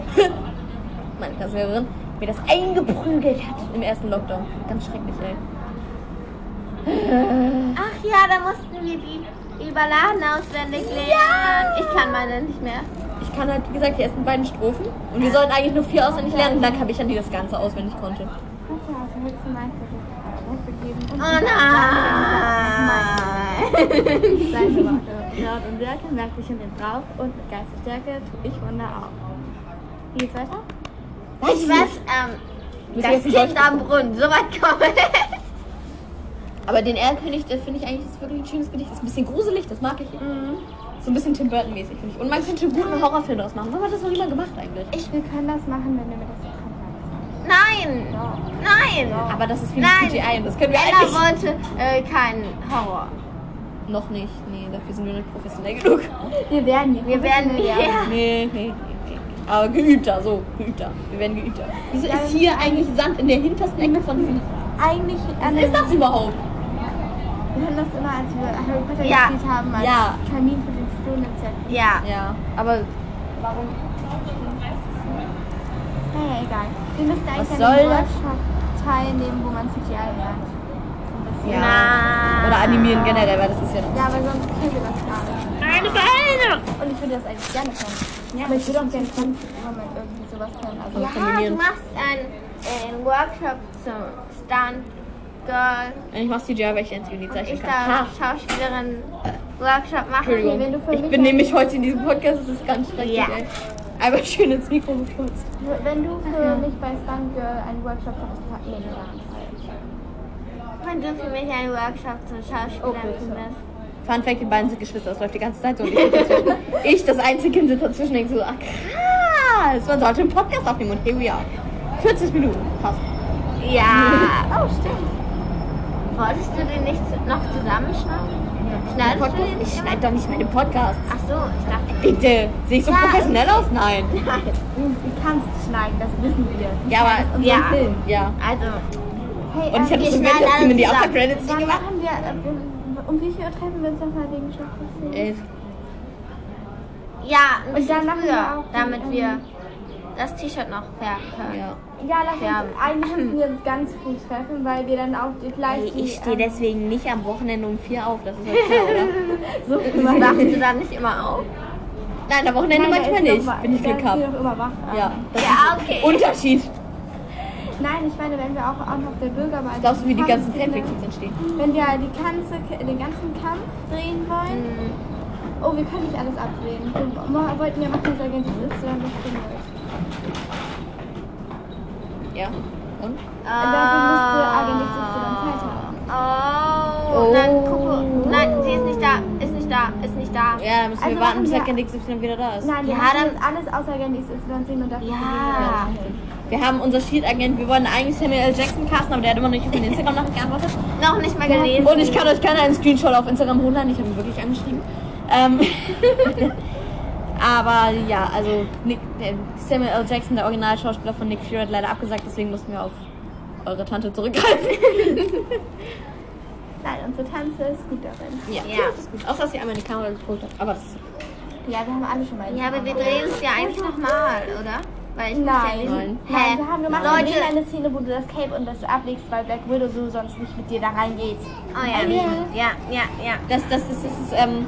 [laughs] meine Klassenlehrerin, mir das eingeprügelt hat im ersten Lockdown. Ganz schrecklich, ey.
Ach ja, da mussten wir die Überladen auswendig lernen. Ja! Ich kann meine nicht mehr.
Ich kann halt, wie gesagt, die ersten beiden Strophen. Und wir sollten eigentlich nur vier auswendig lernen. Und dann habe ich dann die das Ganze auswendig konnte.
Ah, [laughs]
Oh nein!
Laut und Werke merkt sich in den Brauch und mit Geistesstärke tue ich Wunder auch. Wie geht's weiter?
Weißt du was?
Müssen
Ähm,
wir
das
jetzt die
Kind
Deutschen-
am Brunnen, so weit kommen.
Aber den Erlkönig, der finde ich eigentlich ist wirklich ein schönes Gedicht. Ist ein bisschen gruselig, das mag ich.
Mhm.
So ein bisschen Tim Burton-mäßig, finde ich. Und man könnte einen guten Horrorfilm draus machen. Warum hat das noch niemand gemacht eigentlich?
Ich, wir können das machen, wenn du mir das bekannt
Nein!
hast.
Nein!
Aber das ist viel
Nein.
CGI und das können wir
Ella
eigentlich
wollte äh, keinen Horror.
noch nicht. Nee, dafür sind wir nicht professionell genug.
Wir werden
Wir werden
ja.
ja.
Nee, nee, nee, nee. Aber geübter, so, geübter. Wir werden geübter. Wieso ist hier eigentlich Sand in der hintersten Ecke von diesem...
Eigentlich, also,
Also
Was ist das überhaupt?
wir haben das immer, als wir Harry Potter
Ja.
gespielt haben, als
Ja.
Kamin für den Stuhl im Zelt.
Ja.
Ja, aber
Warum? Naja, egal. Wir müssen
Was
eigentlich an
soll
einem
das?
Workshop teilnehmen, wo man CGI lernt. So ein bisschen.
Ja.
Nein.
Oder animieren generell, weil das ist ja...
Ja, aber sonst können wir das gar nicht.
Meine Beine!
Und ich würde das eigentlich gerne können. Ja, aber ich würde auch gerne können, wenn man irgendwie sowas kann. Also
Ja, du
kombinieren.
machst einen, äh, einen Workshop zum Stunt Girl.
Ich mach CGI, weil ich ein Juni
Und ich
zeichnen
darf
kann. Ha,
Schauspielerin Workshop machen.
wenn du
Entschuldigung.
für mich
Ich bin
ein-
nämlich heute in diesem Podcast, das ist ganz schrecklich,
Ja.
ey. Einmal schön ins Mikro gefurzt.
wenn du für
Mhm.
mich bei Stunt Girl einen Workshop machst, nee, nee,
Wenn du für mich einen Workshop zum
Okay,
Schauspielerin
so.
bist.
Fun Fact, die beiden sind Geschwister, das läuft die ganze Zeit so. Und ich, sitze [laughs] dazwischen. ich das einzige Kind, sitze dazwischen und denke so, ach krass, man sollte einen Podcast aufnehmen und here we are. 40 Minuten, fast.
Ja.
[laughs] Oh, stimmt.
Wolltest du den nicht zu- noch zusammenschneiden? Schneidest du den
Ich
nicht?
schneide doch nicht meine Podcasts.
Ach so, ich dachte.
Bitte, sehe ich so
Ja.
professionell aus? Nein.
Du kannst schneiden, das wissen wir.
Ja, aber.
Ja.
Ja.
Also,
Hey,
Und ich
ähm,
habe das
Wir
im
schneiden
Video in die
alles
After Credits nicht
Dann
gemacht.
machen wir, äh, um wie viel Uhr treffen wir uns nochmal wegen Schachtelszenen?
Elf.
ja, ein
dann
bisschen
machen wir
früher,
auch die,
damit
ähm,
wir das T-Shirt noch färben können.
Ja.
Ja, lass
Ja.
uns eigentlich müssen wir uns ganz früh treffen, weil wir dann auch die gleich die, ähm,
deswegen nicht am Wochenende um vier auf, [laughs] das ist halt klar, oder?
so immer
Wachst du dann nicht immer auf?
Nein, am Wochenende
Nein,
manchmal
da ist
nicht,
noch wa-
wenn ich
da
Glück
ist
habe.
sie noch immer wach.
Ja. Das
Ja, Ah, okay.
ist Unterschied.
Nein, ich meine, wenn wir auch, auch auf der Bürgermeister.
Glaubst du, wie die ganzen Fanfictions entstehen?
Wenn wir die ganze, den ganzen Kampf drehen wollen.
Mhm.
Oh, wir können nicht alles abdrehen. Wir mo- wollten ja machen, dass Agent Y bestimmt wird.
Ja. Und?
Dafür müsste Agent Y Zeit haben.
Oh, nein, gucke. Nein, sie ist nicht da, ist nicht da, ist nicht da.
Ja, dann müssen
Also
wir warten, bis
machen wir-
Hacker XY wieder da ist.
Nein, wir
Ja,
haben
dann-
jetzt alles außer Agent Y sehen und dafür gehen
Ja.
wir jetzt
Wir haben unser Shield-Agent, wir wollten eigentlich Samuel L. Jackson casten, aber der hat immer noch nicht auf meine Instagram-Nachricht geantwortet.
Noch nicht mal gelesen.
Und ich kann euch gerne einen Screenshot auf Instagram runterladen. Ich habe ihn wirklich angeschrieben. Ähm, [laughs] aber ja, also Nick, der Samuel L. Jackson, der Originalschauspieler von Nick Fury, hat leider abgesagt, deswegen mussten wir auf eure Tante zurückgreifen.
[laughs] Nein, unsere Tante ist gut darin.
Ja,
Ja.
ja. das ist gut. Außer, dass sie einmal in die Kamera geguckt hat. Aber das ist
Ja, wir haben alle schon mal. in die
Ja, aber wir
Kamera
drehen es ja eigentlich nochmal, oder? Weil ich muss
Nein.
ja wissen.
Nein, wir haben gemacht
Leute.
Leute. eine Szene, wo du das Cape und das ablegst, weil Black Widow so sonst nicht mit dir da reingeht.
Oh ja, ja, ja, ja.
Das, das, ist, das, ist, ähm,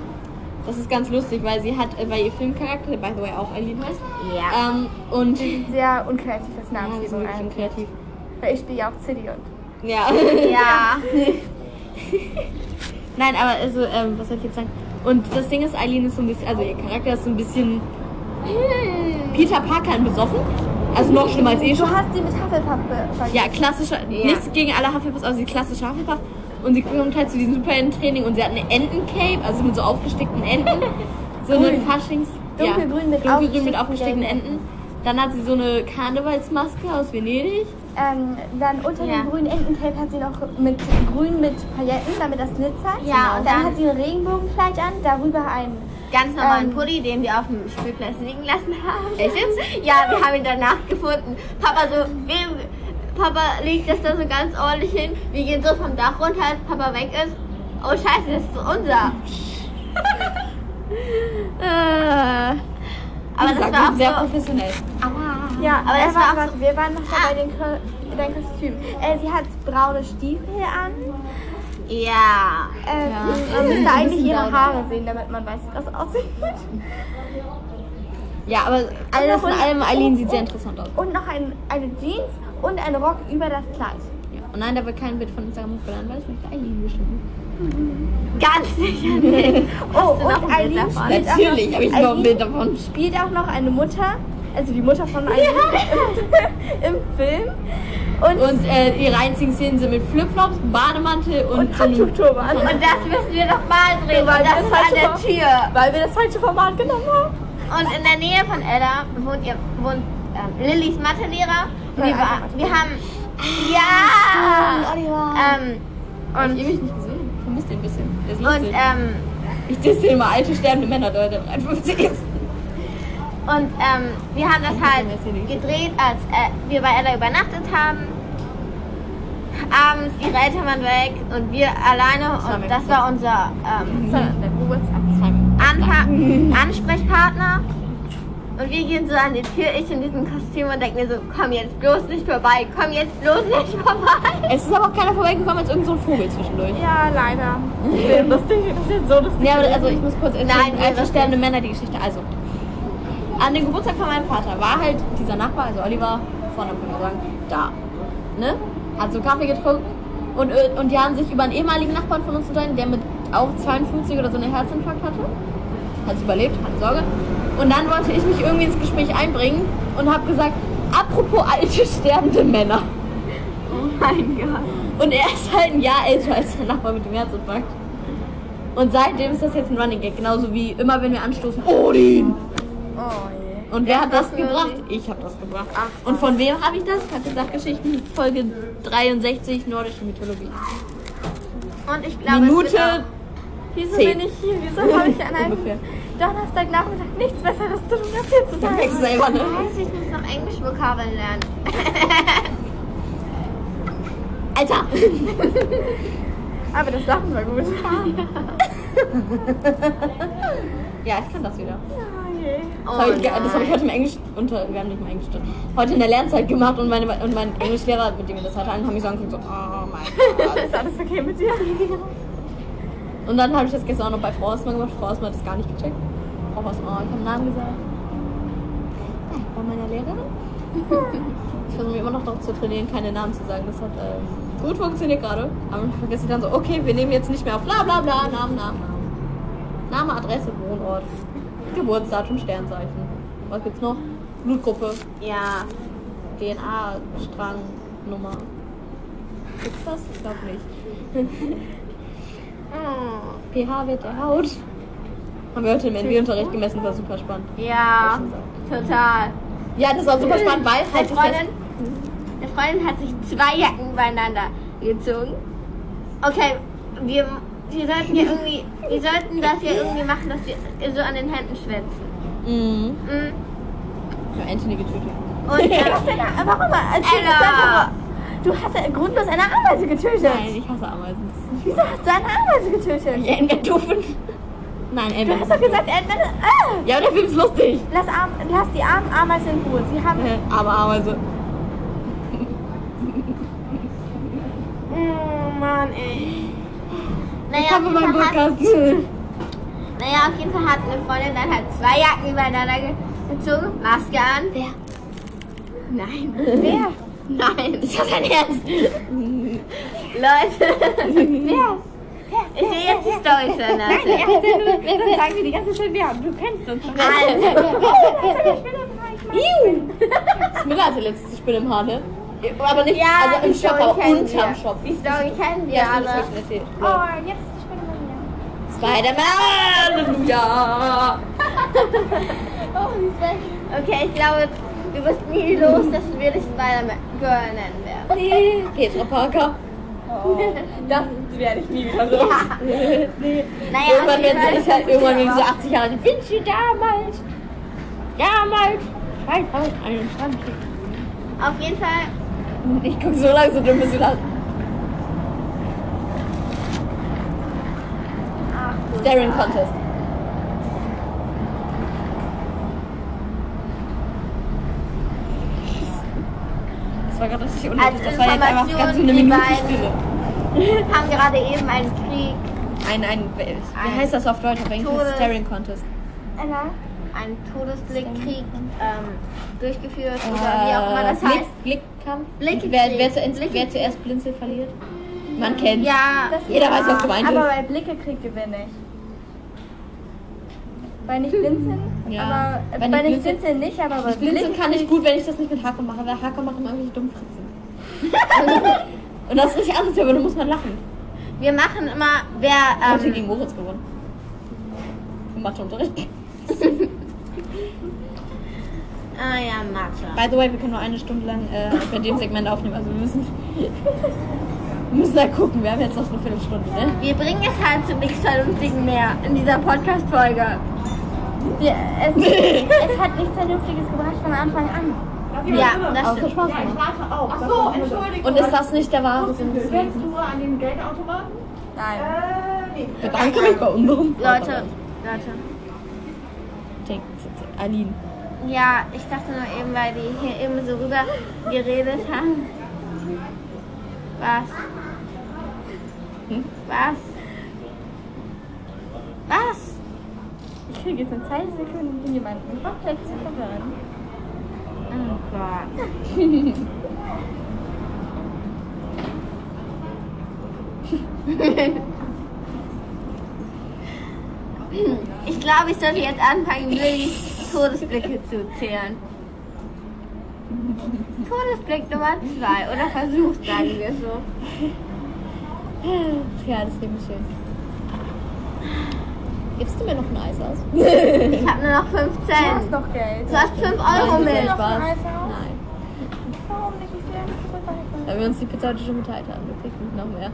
das ist ganz lustig, weil sie hat, äh, weil ihr Filmcharakter, der by the way auch Eileen heißt,
Ja.
ähm, und
Sehr unkreativ, das
ja, sie ist
Namensgebung
wirklich
ein.
kreativ.
Weil ich spiele ja auch City und.
Ja.
Ja.
[laughs] Nein, aber also, ähm, was soll ich jetzt sagen? Und das Ding ist, Eileen ist so ein bisschen, also ihr Charakter ist so ein bisschen
Hm.
Peter Parker in besoffen. Also noch schlimmer als eh
Du
schon.
hast die mit Hufflepuff be- vergessen.
Ja, klassischer, nichts gegen alle Hufflepuffs, aber sie ist klassische Hufflepuff. Und sie kommt halt zu diesem Superhelden-Training und sie hat eine Entencape, also mit so aufgestickten Enten. So eine Faschings...
Dunkelgrün mit
Dunkelgrün
aufgestickten
mit aufgestickten Enten. Dann hat sie so eine Karnevalsmaske aus Venedig.
Ähm, dann unter
Ja.
dem grünen Entencape hat sie noch mit grün mit Pailletten, damit das glitzert.
Ja, und
und dann,
dann-
hat sie ein Regenbogenkleid an, darüber ein.
Ganz normalen
Ähm.
Pulli, den wir auf dem Spielplatz liegen lassen haben.
Echt jetzt?
[laughs] Ja, wir haben ihn danach gefunden. Papa so, wir, Papa legt das da so ganz ordentlich hin. Wir gehen so vom Dach runter, als Papa weg ist. Oh scheiße, das ist unser. [laughs]
Äh,
Aber das war
sehr
auch so.
professionell.
Ja,
aber das
äh,
war
warte,
auch Ah.
warte, wir waren noch dabei den Ko dein Kostüm. Äh, sie hat braune Stiefel an.
Ja.
Äh,
Ja.
Man müsste eigentlich ihre
braun.
Haare sehen, damit man weiß, wie das aussieht.
Ja, aber alles in allem, Eileen sieht sehr interessant aus.
Und noch ein, eine Jeans und ein Rock über das Kleid.
Ja. Und nein, da wird kein Bild von Instagram hochgeladen, weil es möchte Eileen bestimmt.
Ganz sicher nicht.
Oh,
du noch ein
und Eileen
Bild davon?
spielt, auch noch-
habe ich
Eileen
davon.
spielt auch noch eine Mutter, also die Mutter von Eileen im, [laughs] im Film. Und,
Und äh, ihre einzigen Szenen sind mit Flipflops, Bademantel und,
und
so einem-
Handtuchturban. an.
Und das müssen wir noch mal drehen.
Weil
Und das
wir
ist
das
an der
falsche
Tür.
Weil wir das falsche Format genommen haben.
Und in der Nähe von Ella wohnt, ihr, wohnt ähm, Lillys Mathelehrer. Und
Nein,
wir, war, wir haben. Ja! Ähm,
Hab ich ewig nicht gesehen. Ich vermisse den ein bisschen. Der ist
und
lustig.
ähm,
ich disse immer alte, sterbende Männer, Leute. 53 ist.
und ähm, wir haben das halt gedreht, als äh, wir bei Ella übernachtet haben. Abends, ihre Eltern waren weg und wir alleine.
war
Und
mein
das war unser ähm,
Sondern der Geburtstag.
Anpa [laughs] Ansprechpartner. Und wir gehen so an die Tür, ich in diesem Kostüm und denke mir so, komm jetzt bloß nicht vorbei, komm jetzt bloß nicht vorbei.
Es ist aber auch keiner vorbeigekommen als irgendein so ein Vogel zwischendurch.
Ja, leider. Das Ding das ist jetzt so lustig.
Ja, aber also ich muss kurz
Nein,
erzählen,
nee,
alte
das
sterbende Männer die Geschichte. Also, an dem Geburtstag von meinem Vater war halt dieser Nachbar, also Oliver, vorne können wir sagen, da. Ne? Hat so Kaffee getrunken und, äh, und die haben sich über einen ehemaligen Nachbarn von uns unterhalten, der mit auch 52 oder so einen Herzinfarkt hatte. Hat überlebt, keine Sorge. Und dann wollte ich mich irgendwie ins Gespräch einbringen und habe gesagt, apropos alte sterbende Männer.
Oh mein Gott.
Und er ist halt ein Jahr älter als der Nachbar mit dem Herzinfarkt. Und seitdem ist das jetzt ein Running Gag, genauso wie immer, wenn wir anstoßen, Odin!
Oh je.
Und wer hat das gebracht? Ich habe das gebracht. Und von wem habe ich das? Hatte Sachgeschichten, Folge 63, nordische Mythologie.
Und ich glaube, es wird auch-
Minute
Wieso
Zehn.
bin ich hier? Wieso habe ich an [laughs] einem
[laughs] Ungefähr.
Donnerstagnachmittag nichts Besseres zu tun, als hier zu sein?
Perfekt selber, ne?
Scheiße, ich muss noch Englisch Vokabeln lernen.
Alter!
Aber das Lachen war gut.
Ja, ich kann das wieder.
Oh je.
Oh
Das habe ich, ge-
nein.
das hab ich heute im Englisch unter, wir haben nicht mal Englisch drin, heute in der Lernzeit gemacht und, meine, und mein Englischlehrer, mit dem wir das halt hatten, haben mich so angeguckt, so, oh mein
[laughs]
Gott.
Ist alles okay mit dir?
Und dann habe ich das gestern auch noch bei Frau Hausmann gemacht. Frau Hausmann hat das gar nicht gecheckt. Frau Hausmann, oh, ich habe Namen gesagt. Ja, Bei meiner Lehrerin.
[laughs]
ich versuche mir immer noch darauf zu trainieren, keine Namen zu sagen. Das hat ähm, gut funktioniert gerade. Aber ich vergesse ich dann so, okay, wir nehmen jetzt nicht mehr auf bla bla bla, Namen, Namen, Namen. Name, Adresse, Wohnort, Geburtsdatum, Sternzeichen. Was gibt's noch? Blutgruppe,
Ja.
DNA, Strang, Nummer. Gibt's das? Ich glaube
[laughs]
nicht. [laughs]
Oh.
pH-Wert der Haut. Haben wir heute im NB-Unterricht gemessen, war super spannend.
Ja, total.
Ja, das war super spannend, weil
Eine
halt ich das-
Freundin, eine Freundin hat sich zwei Jacken beieinander gezogen. Okay, wir, wir sollten ja irgendwie, wir sollten das ja irgendwie machen, dass wir so an den Händen schwitzen.
Mhm.
Mhm.
Ich hab Anthony getötet.
Und ähm,
Warum? Also, Erzähl
Ella.
das Du hast ja grundlos eine Ameise getötet.
Nein, ich hasse Ameisen.
[laughs]
Wieso hast du eine Ameise getötet?
Ja, in der doofen. Nein, ey,
Du hast doch gesagt, Ant-Man. Ah!
Ja, aber der Film ist lustig. [laughs]
Lass, Arm, lass die armen Ameisen in Ruhe. Sie haben.
Äh, Arme Ameise.
Oh Mann, ey.
Naja,
Ich habe
auf
meinen
jeden Fall hat-
Podcast.
[laughs] Naja, auf jeden Fall hat eine Freundin dann halt zwei Jacken übereinander ge- gezogen, Maske an. Wer?
[laughs]
Nein. Wer? Nein. Ich hab dein Ernst. [laughs] Leute. [laughs]
Wer?
Ich will jetzt die Story zu Ende
Nein,
erzählen.
er erzählt
[laughs]
nur. Dann sagen wir die ganze Zeit, wer. Du kennst uns.
Also,
Smilla hatte letztes Spiel im Haar, ne? Aber nicht
ja,
also im
die
Shop,
Story
aber
kennen
unterm
wir.
Shop.
Die Story kennen wir
Ja,
alle.
das hab ich schon erzählt.
Oh, und jetzt ist die Spinne bei mir.
Spider-Man! Halleluja!
Okay, ich glaube, wir wussten nie los, dass wir dich Spider-Girl nennen werden.
Petra Parker.
Oh.
Das werde ich nie wieder
So.
Naja,
Irgendwann
auf jeden
werden
Fall-
sie halt irgendwann mit so 80 Jahren. Vinci damals! Damals! 2021.
Auf jeden Fall
Ich guck so lange so dumm, bis du lachst. Staring Contest. Das war gerade richtig unnötig.
Als
Das war jetzt einfach
Information,
ganz so eine
die
Minute
beiden-
Stille.
kam gerade eben ein Krieg,
Ein, ein, wie
Ein
heißt das auf Deutsch? Auf Englisch
Todes-
Staring Contest.
Anna?
ein Todesblickkrieg ähm, durchgeführt
Äh,
oder wie auch immer das
Blick,
heißt.
Blickkampf?
Blickkrieg.
Wer, wer, zuerst, wer
Blickkrieg.
zuerst blinzelt, verliert. Man kennt.
Ja,
Das-
Jeder weiß, was gemeint
Aber
ist.
bei Blickekrieg gewinne ich. Bei nicht Blinzeln?
Ja.
Aber,
Bei
bei,
nicht
nicht
Blinzeln-
Blinzeln nicht, aber bei
Ich blinzeln
Blick.
kann ich gut, wenn ich das nicht mit Hake mache, weil Hake machen irgendwelche dummen Fritzen. [laughs] Und das ist nicht anders, aber da muss man lachen.
wir machen immer,
Ich hab hier
wer ähm,
gegen Moritz gewonnen. Im Matheunterricht.
ah ja, Mathe.
By the way, wir können nur eine Stunde lang äh, bei dem Segment aufnehmen, also wir müssen, [laughs] wir müssen da gucken. Wir haben jetzt noch eine Viertelstunde, ne?
Wir bringen es halt zu nichts Vernünftigen mehr in dieser Podcast-Folge.
Ja, es, es hat nichts Vernünftiges gebracht von Anfang an.
Ja, das
Außer
stimmt.
Spaß
Ich
machen.
warte auch. Ach so, Entschuldigung.
Und ist das nicht der wahre Sinn des Lebens?
Willst du an den Geldautomaten?
Nein.
Äh, nee.
Bedanke mich bei unserem
Leute, Leute.
Denkt Aline.
Ja, ich dachte nur eben, weil die hier eben so rüber geredet haben. Was?
Hm?
Was? Was?
Ich kriege jetzt um in zwei Sekunden jemanden komplett zu verwirren.
Oh
[laughs]
Gott. Ich glaube, ich sollte jetzt anfangen, Lillys Todesblicke zu zählen. Todesblick Nummer 2 oder versucht, sagen wir so.
Ja, das Leben ist schön. Gibst du mir noch ein Eis aus?
Ich habe nur noch 5
Du hast
Cent.
noch Geld.
Du hast 5 Euro
Nein,
mit.
das war
Spaß.
Spaß. Nein,
Warum nicht? Ich will nicht zurückhalten.
weil wir uns die Pizza heute schon geteilt haben. Wir kriegen noch mehr.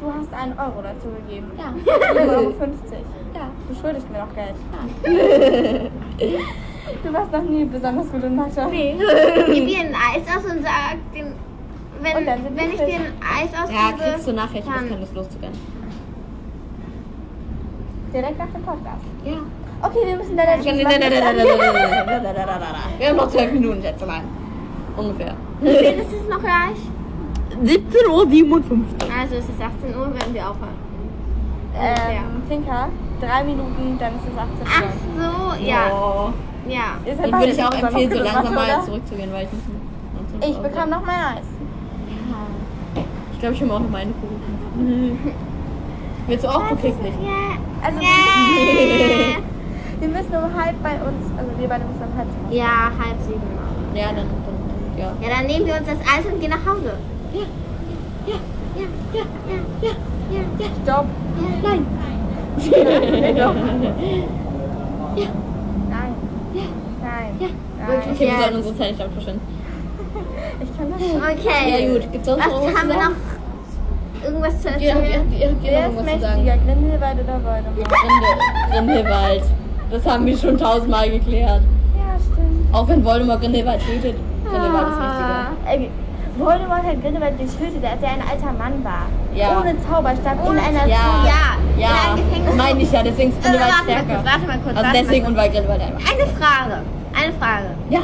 Du hast einen Euro dazu
[laughs]
gegeben.
Ja.
1,50 Euro. 50.
ja.
Du schuldest mir noch Geld. [laughs] Du warst noch nie besonders gut in Mathe. Nee.
Gib ihr ein Eis aus und sag, den,
Und
wenn,
dann sind
wenn
die
ich dir
Fische.
ein Eis
Ja,
ausgebe.
kriegst du nachher. Ich
dann-
habe keine Lust loszurennen.
Direkt nach dem Podcast.
Ja.
Okay, wir müssen leider schon
Wir haben noch zwölf Minuten, schätze mal. Ungefähr.
Spät ist es noch gleich?
17.57 Uhr.
Also es ist 18 Uhr, wenn wir aufhören.
[laughs] Ähm, Tinker, drei Minuten, dann ist es 18
Ach
Uhr.
so, ja. Ja.
Ihr seid
Den
beide
würde ich
nicht
auch
besonders
empfehlen,
gut
so
in Mathe,
langsam mal
oder?
zurückzugehen, weil ich muss noch-
Ich bekam noch mein Eis.
Ich glaube, ich habe auch noch meine Kugel.
Mhm.
Willst du auch? Du kriegst nicht.
Ja.
Also
Yeah.
wir müssen um halb bei uns, also wir beide müssen um halb zu
Ja, halb sieben. Uhr.
Ja, dann,
[laughs]
dann ja.
Ja, dann nehmen wir uns das Eis und gehen nach Hause.
Ja, ja,
ja, ja, ja, ja, ja,
Stopp.
ja.
Nein. Nein. Nein.
Okay, wir
Ja.
sollen unsere Zeit nicht abverstehen.
Ich kann das nicht.
Okay.
Ja, gut. Gibt's sonst
Was
noch was zu
haben wir
sagen?
noch? Irgendwas zu
Ihr habt, ihr
erzählen?
habt, ihr habt
Wer
noch
ist
was zu sagen.
mächtiger, Grindelwald oder Voldemort?
Grinde, Grindelwald. Das haben wir schon tausendmal geklärt.
Ja, stimmt.
Auch wenn Voldemort Grindelwald tötet, Grindelwald ist mächtiger.
Äh, Voldemort hat Grindelwald getötet, als er ein alter Mann war.
Ja.
Ohne Zauberstab, in
Ohne-
einer
Ja.
Ja,
Ja,
in einem Gefängnis.
meine ich ja, deswegen ist
Äh,
Grindelwald
warte, mal kurz,
stärker.
warte mal kurz.
Also
warte
deswegen
mal
und
kurz.
weil Grindelwald einfach.
Eine Frage. Eine Frage.
Ja,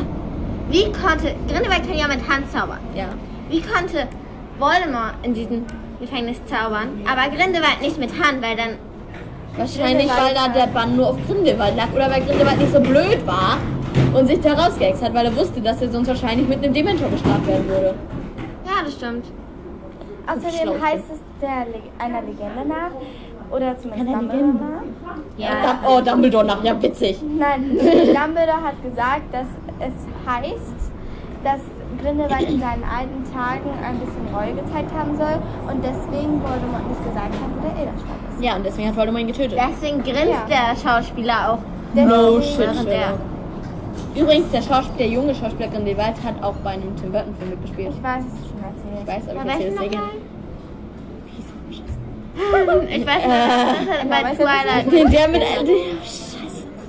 Wie konnte. Grindelwald kann ja mit Hand zaubern.
ja.
Wie konnte Voldemort in diesem Gefängnis zaubern, aber Grindelwald nicht mit Hand, weil dann.
Wahrscheinlich, weil da der Bann nur auf Grindelwald lag oder weil Grindelwald nicht so blöd war und sich da rausgehext hat, weil er wusste, dass er sonst wahrscheinlich mit einem Dementor bestraft werden würde.
Ja, das stimmt.
Außerdem
Schlaufe.
heißt es der Le einer Legende nach, oder zumindest
Einer
Dumbledore
Legende.
nach.
Ja.
Oh, Dumbledore nach, ja witzig.
Nein, [laughs] Dumbledore hat gesagt, dass es heißt, dass Grindelwald in seinen alten Tagen ein bisschen Reue gezeigt haben soll und deswegen Voldemort nicht gesagt hat, wo der Edelstein ist.
Ja, und deswegen hat Voldemort ihn getötet.
Deswegen grinst
Ja.
der Schauspieler auch.
No
Deswegen-
shit,
Während
Sherlock. Übrigens, der, Schauspiel, der junge Schauspieler Grindelwald hat auch bei einem Tim Burton Film mitgespielt.
Ich weiß, es ist schon
Ich
erzählt.
weiß, aber
Bei
ich erzähle es
welchem
sehr gerne.
nochmal? Hm, [laughs] Ich weiß
Äh.
nicht,
Genau,
das hat bei
weiß ja
Twilight.
Der, der mit der,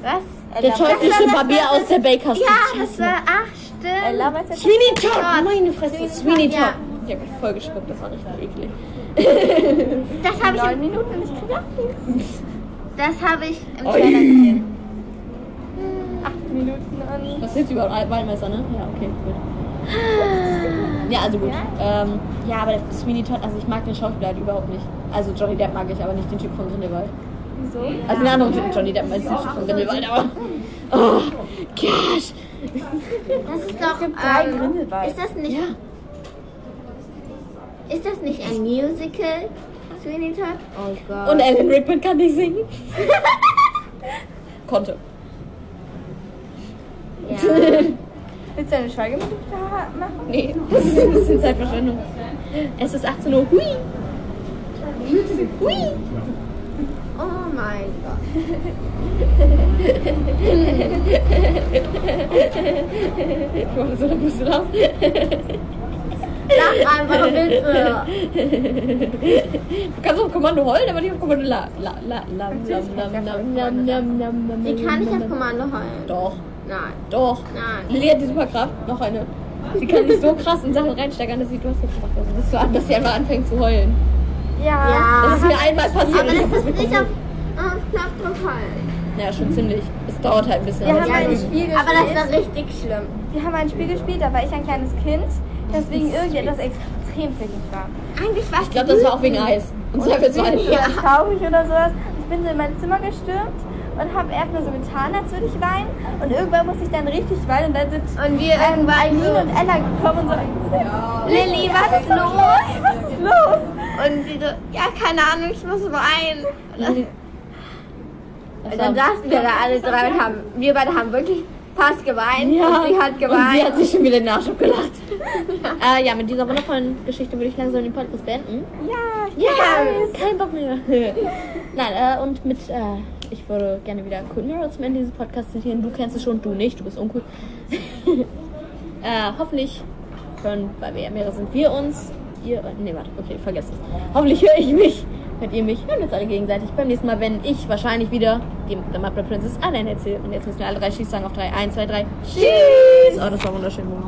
Was?
der teuflische Barbier aus der Baker Street.
Ja, das war. Ach,
Ella weiß
stimmt.
jetzt
Sweeney Todd! Meine Fresse, Sweeney
Ja.
Todd! Ich hab mich voll gespuckt, das war richtig eklig.
Das habe ich im
neun Minuten und ich kriege auch nichts.
Das habe ich im
Ui.
Trailer gesehen.
Acht Minuten und...
Was hilft überhaupt? Al- Waldmesser, ne? Ja, okay, gut. Ja, also gut. Ähm, ja, aber der Sweeney Todd, also ich mag den Schauspieler halt überhaupt nicht. Also Johnny Depp mag ich, aber nicht den Typ von Grindelwald.
Wieso?
Also den anderen Typ, Johnny Depp als den Typ von Grindelwald, aber... Oh, gosh!
Das ist doch.
drei
Ähm,
Grindelwald.
ist das nicht?
Ja,
Ist das nicht ein Musical? Sweeney Todd? Oh Gott.
und Alan Rickman kann nicht
[laughs]
singen. Konnte.
ja.
Willst du eine Schweigeminute da machen?
Nee, das ist ein bisschen Zeitverschwendung. Es ist 18 Uhr. Hui! Hui!
Oh mein Gott.
Ich wollte so lange bist du raus.
[laughs]
Sag einfach bitte.
Du kannst auf Kommando heulen, aber nicht auf Kommando la la la la la la la la la
Sie kann nicht auf Kommando heulen.
Doch,
Nein,
doch.
nein.
Lilly hat die Superkraft, noch eine. Sie kann sich so krass in Sachen reinsteigern, dass sie du hast jetzt gemacht. Also das so an, dass sie einfach anfängt zu heulen.
Ja.
Das
Ja.
ist mir einmal passiert.
Aber das ist
und ich
nicht
hab-
auf, auf Knopfdruck heulen.
Ja, schon ziemlich. Es dauert halt ein bisschen.
Wir
aber
haben
das-
ein Spiel
Aber das
gespielt.
war richtig schlimm.
Wir haben ein Spiel gespielt, da war ich ein kleines Kind, deswegen irgendetwas extrem verliebt war.
Eigentlich war
ich glaube, das war auch wegen Eis. Und Zweifelsfall.
ja. Also traurig oder sowas. Ich bin so in mein Zimmer gestürmt und habe erstmal so getan, als würde ich weinen. Und irgendwann musste ich dann richtig weinen und dann sind
Und wir
ähm,
irgendwann
Aileen
so.
und Ella gekommen und so.
Lilly, was ist los?
[laughs] Was ist los?
Und sie so, ja, keine Ahnung, ich muss weinen. Und das Und dann
Das war-
saßen wir da alle drei und haben, wir beide haben wirklich fast geweint und sie hat
Und sie hat
geweint.
sich schon wieder den Arsch
[laughs]
abgelacht. äh, ja, mit dieser wundervollen Geschichte würde ich langsam den Podcast beenden.
Ja, ich
Ja,
weiß.
kein Bock mehr. [laughs] Nein, äh, und mit, äh, ich würde gerne wieder Cool Nerds in dieses Podcast zitieren. Du kennst es schon, du nicht, du bist uncool. [laughs] äh, hoffentlich hören, weil wir ja mehrere sind, wir uns. Ihr, nee, warte, okay, vergesst es. Hoffentlich höre ich mich. Hört ihr mich? Hören wir uns alle gegenseitig. Beim nächsten Mal, wenn ich wahrscheinlich wieder die The Muppet Princess allein erzähle. Und jetzt müssen wir alle drei Schieß sagen auf drei. Eins, zwei, drei. Tschüss! Oh, das war wunderschön, Momo.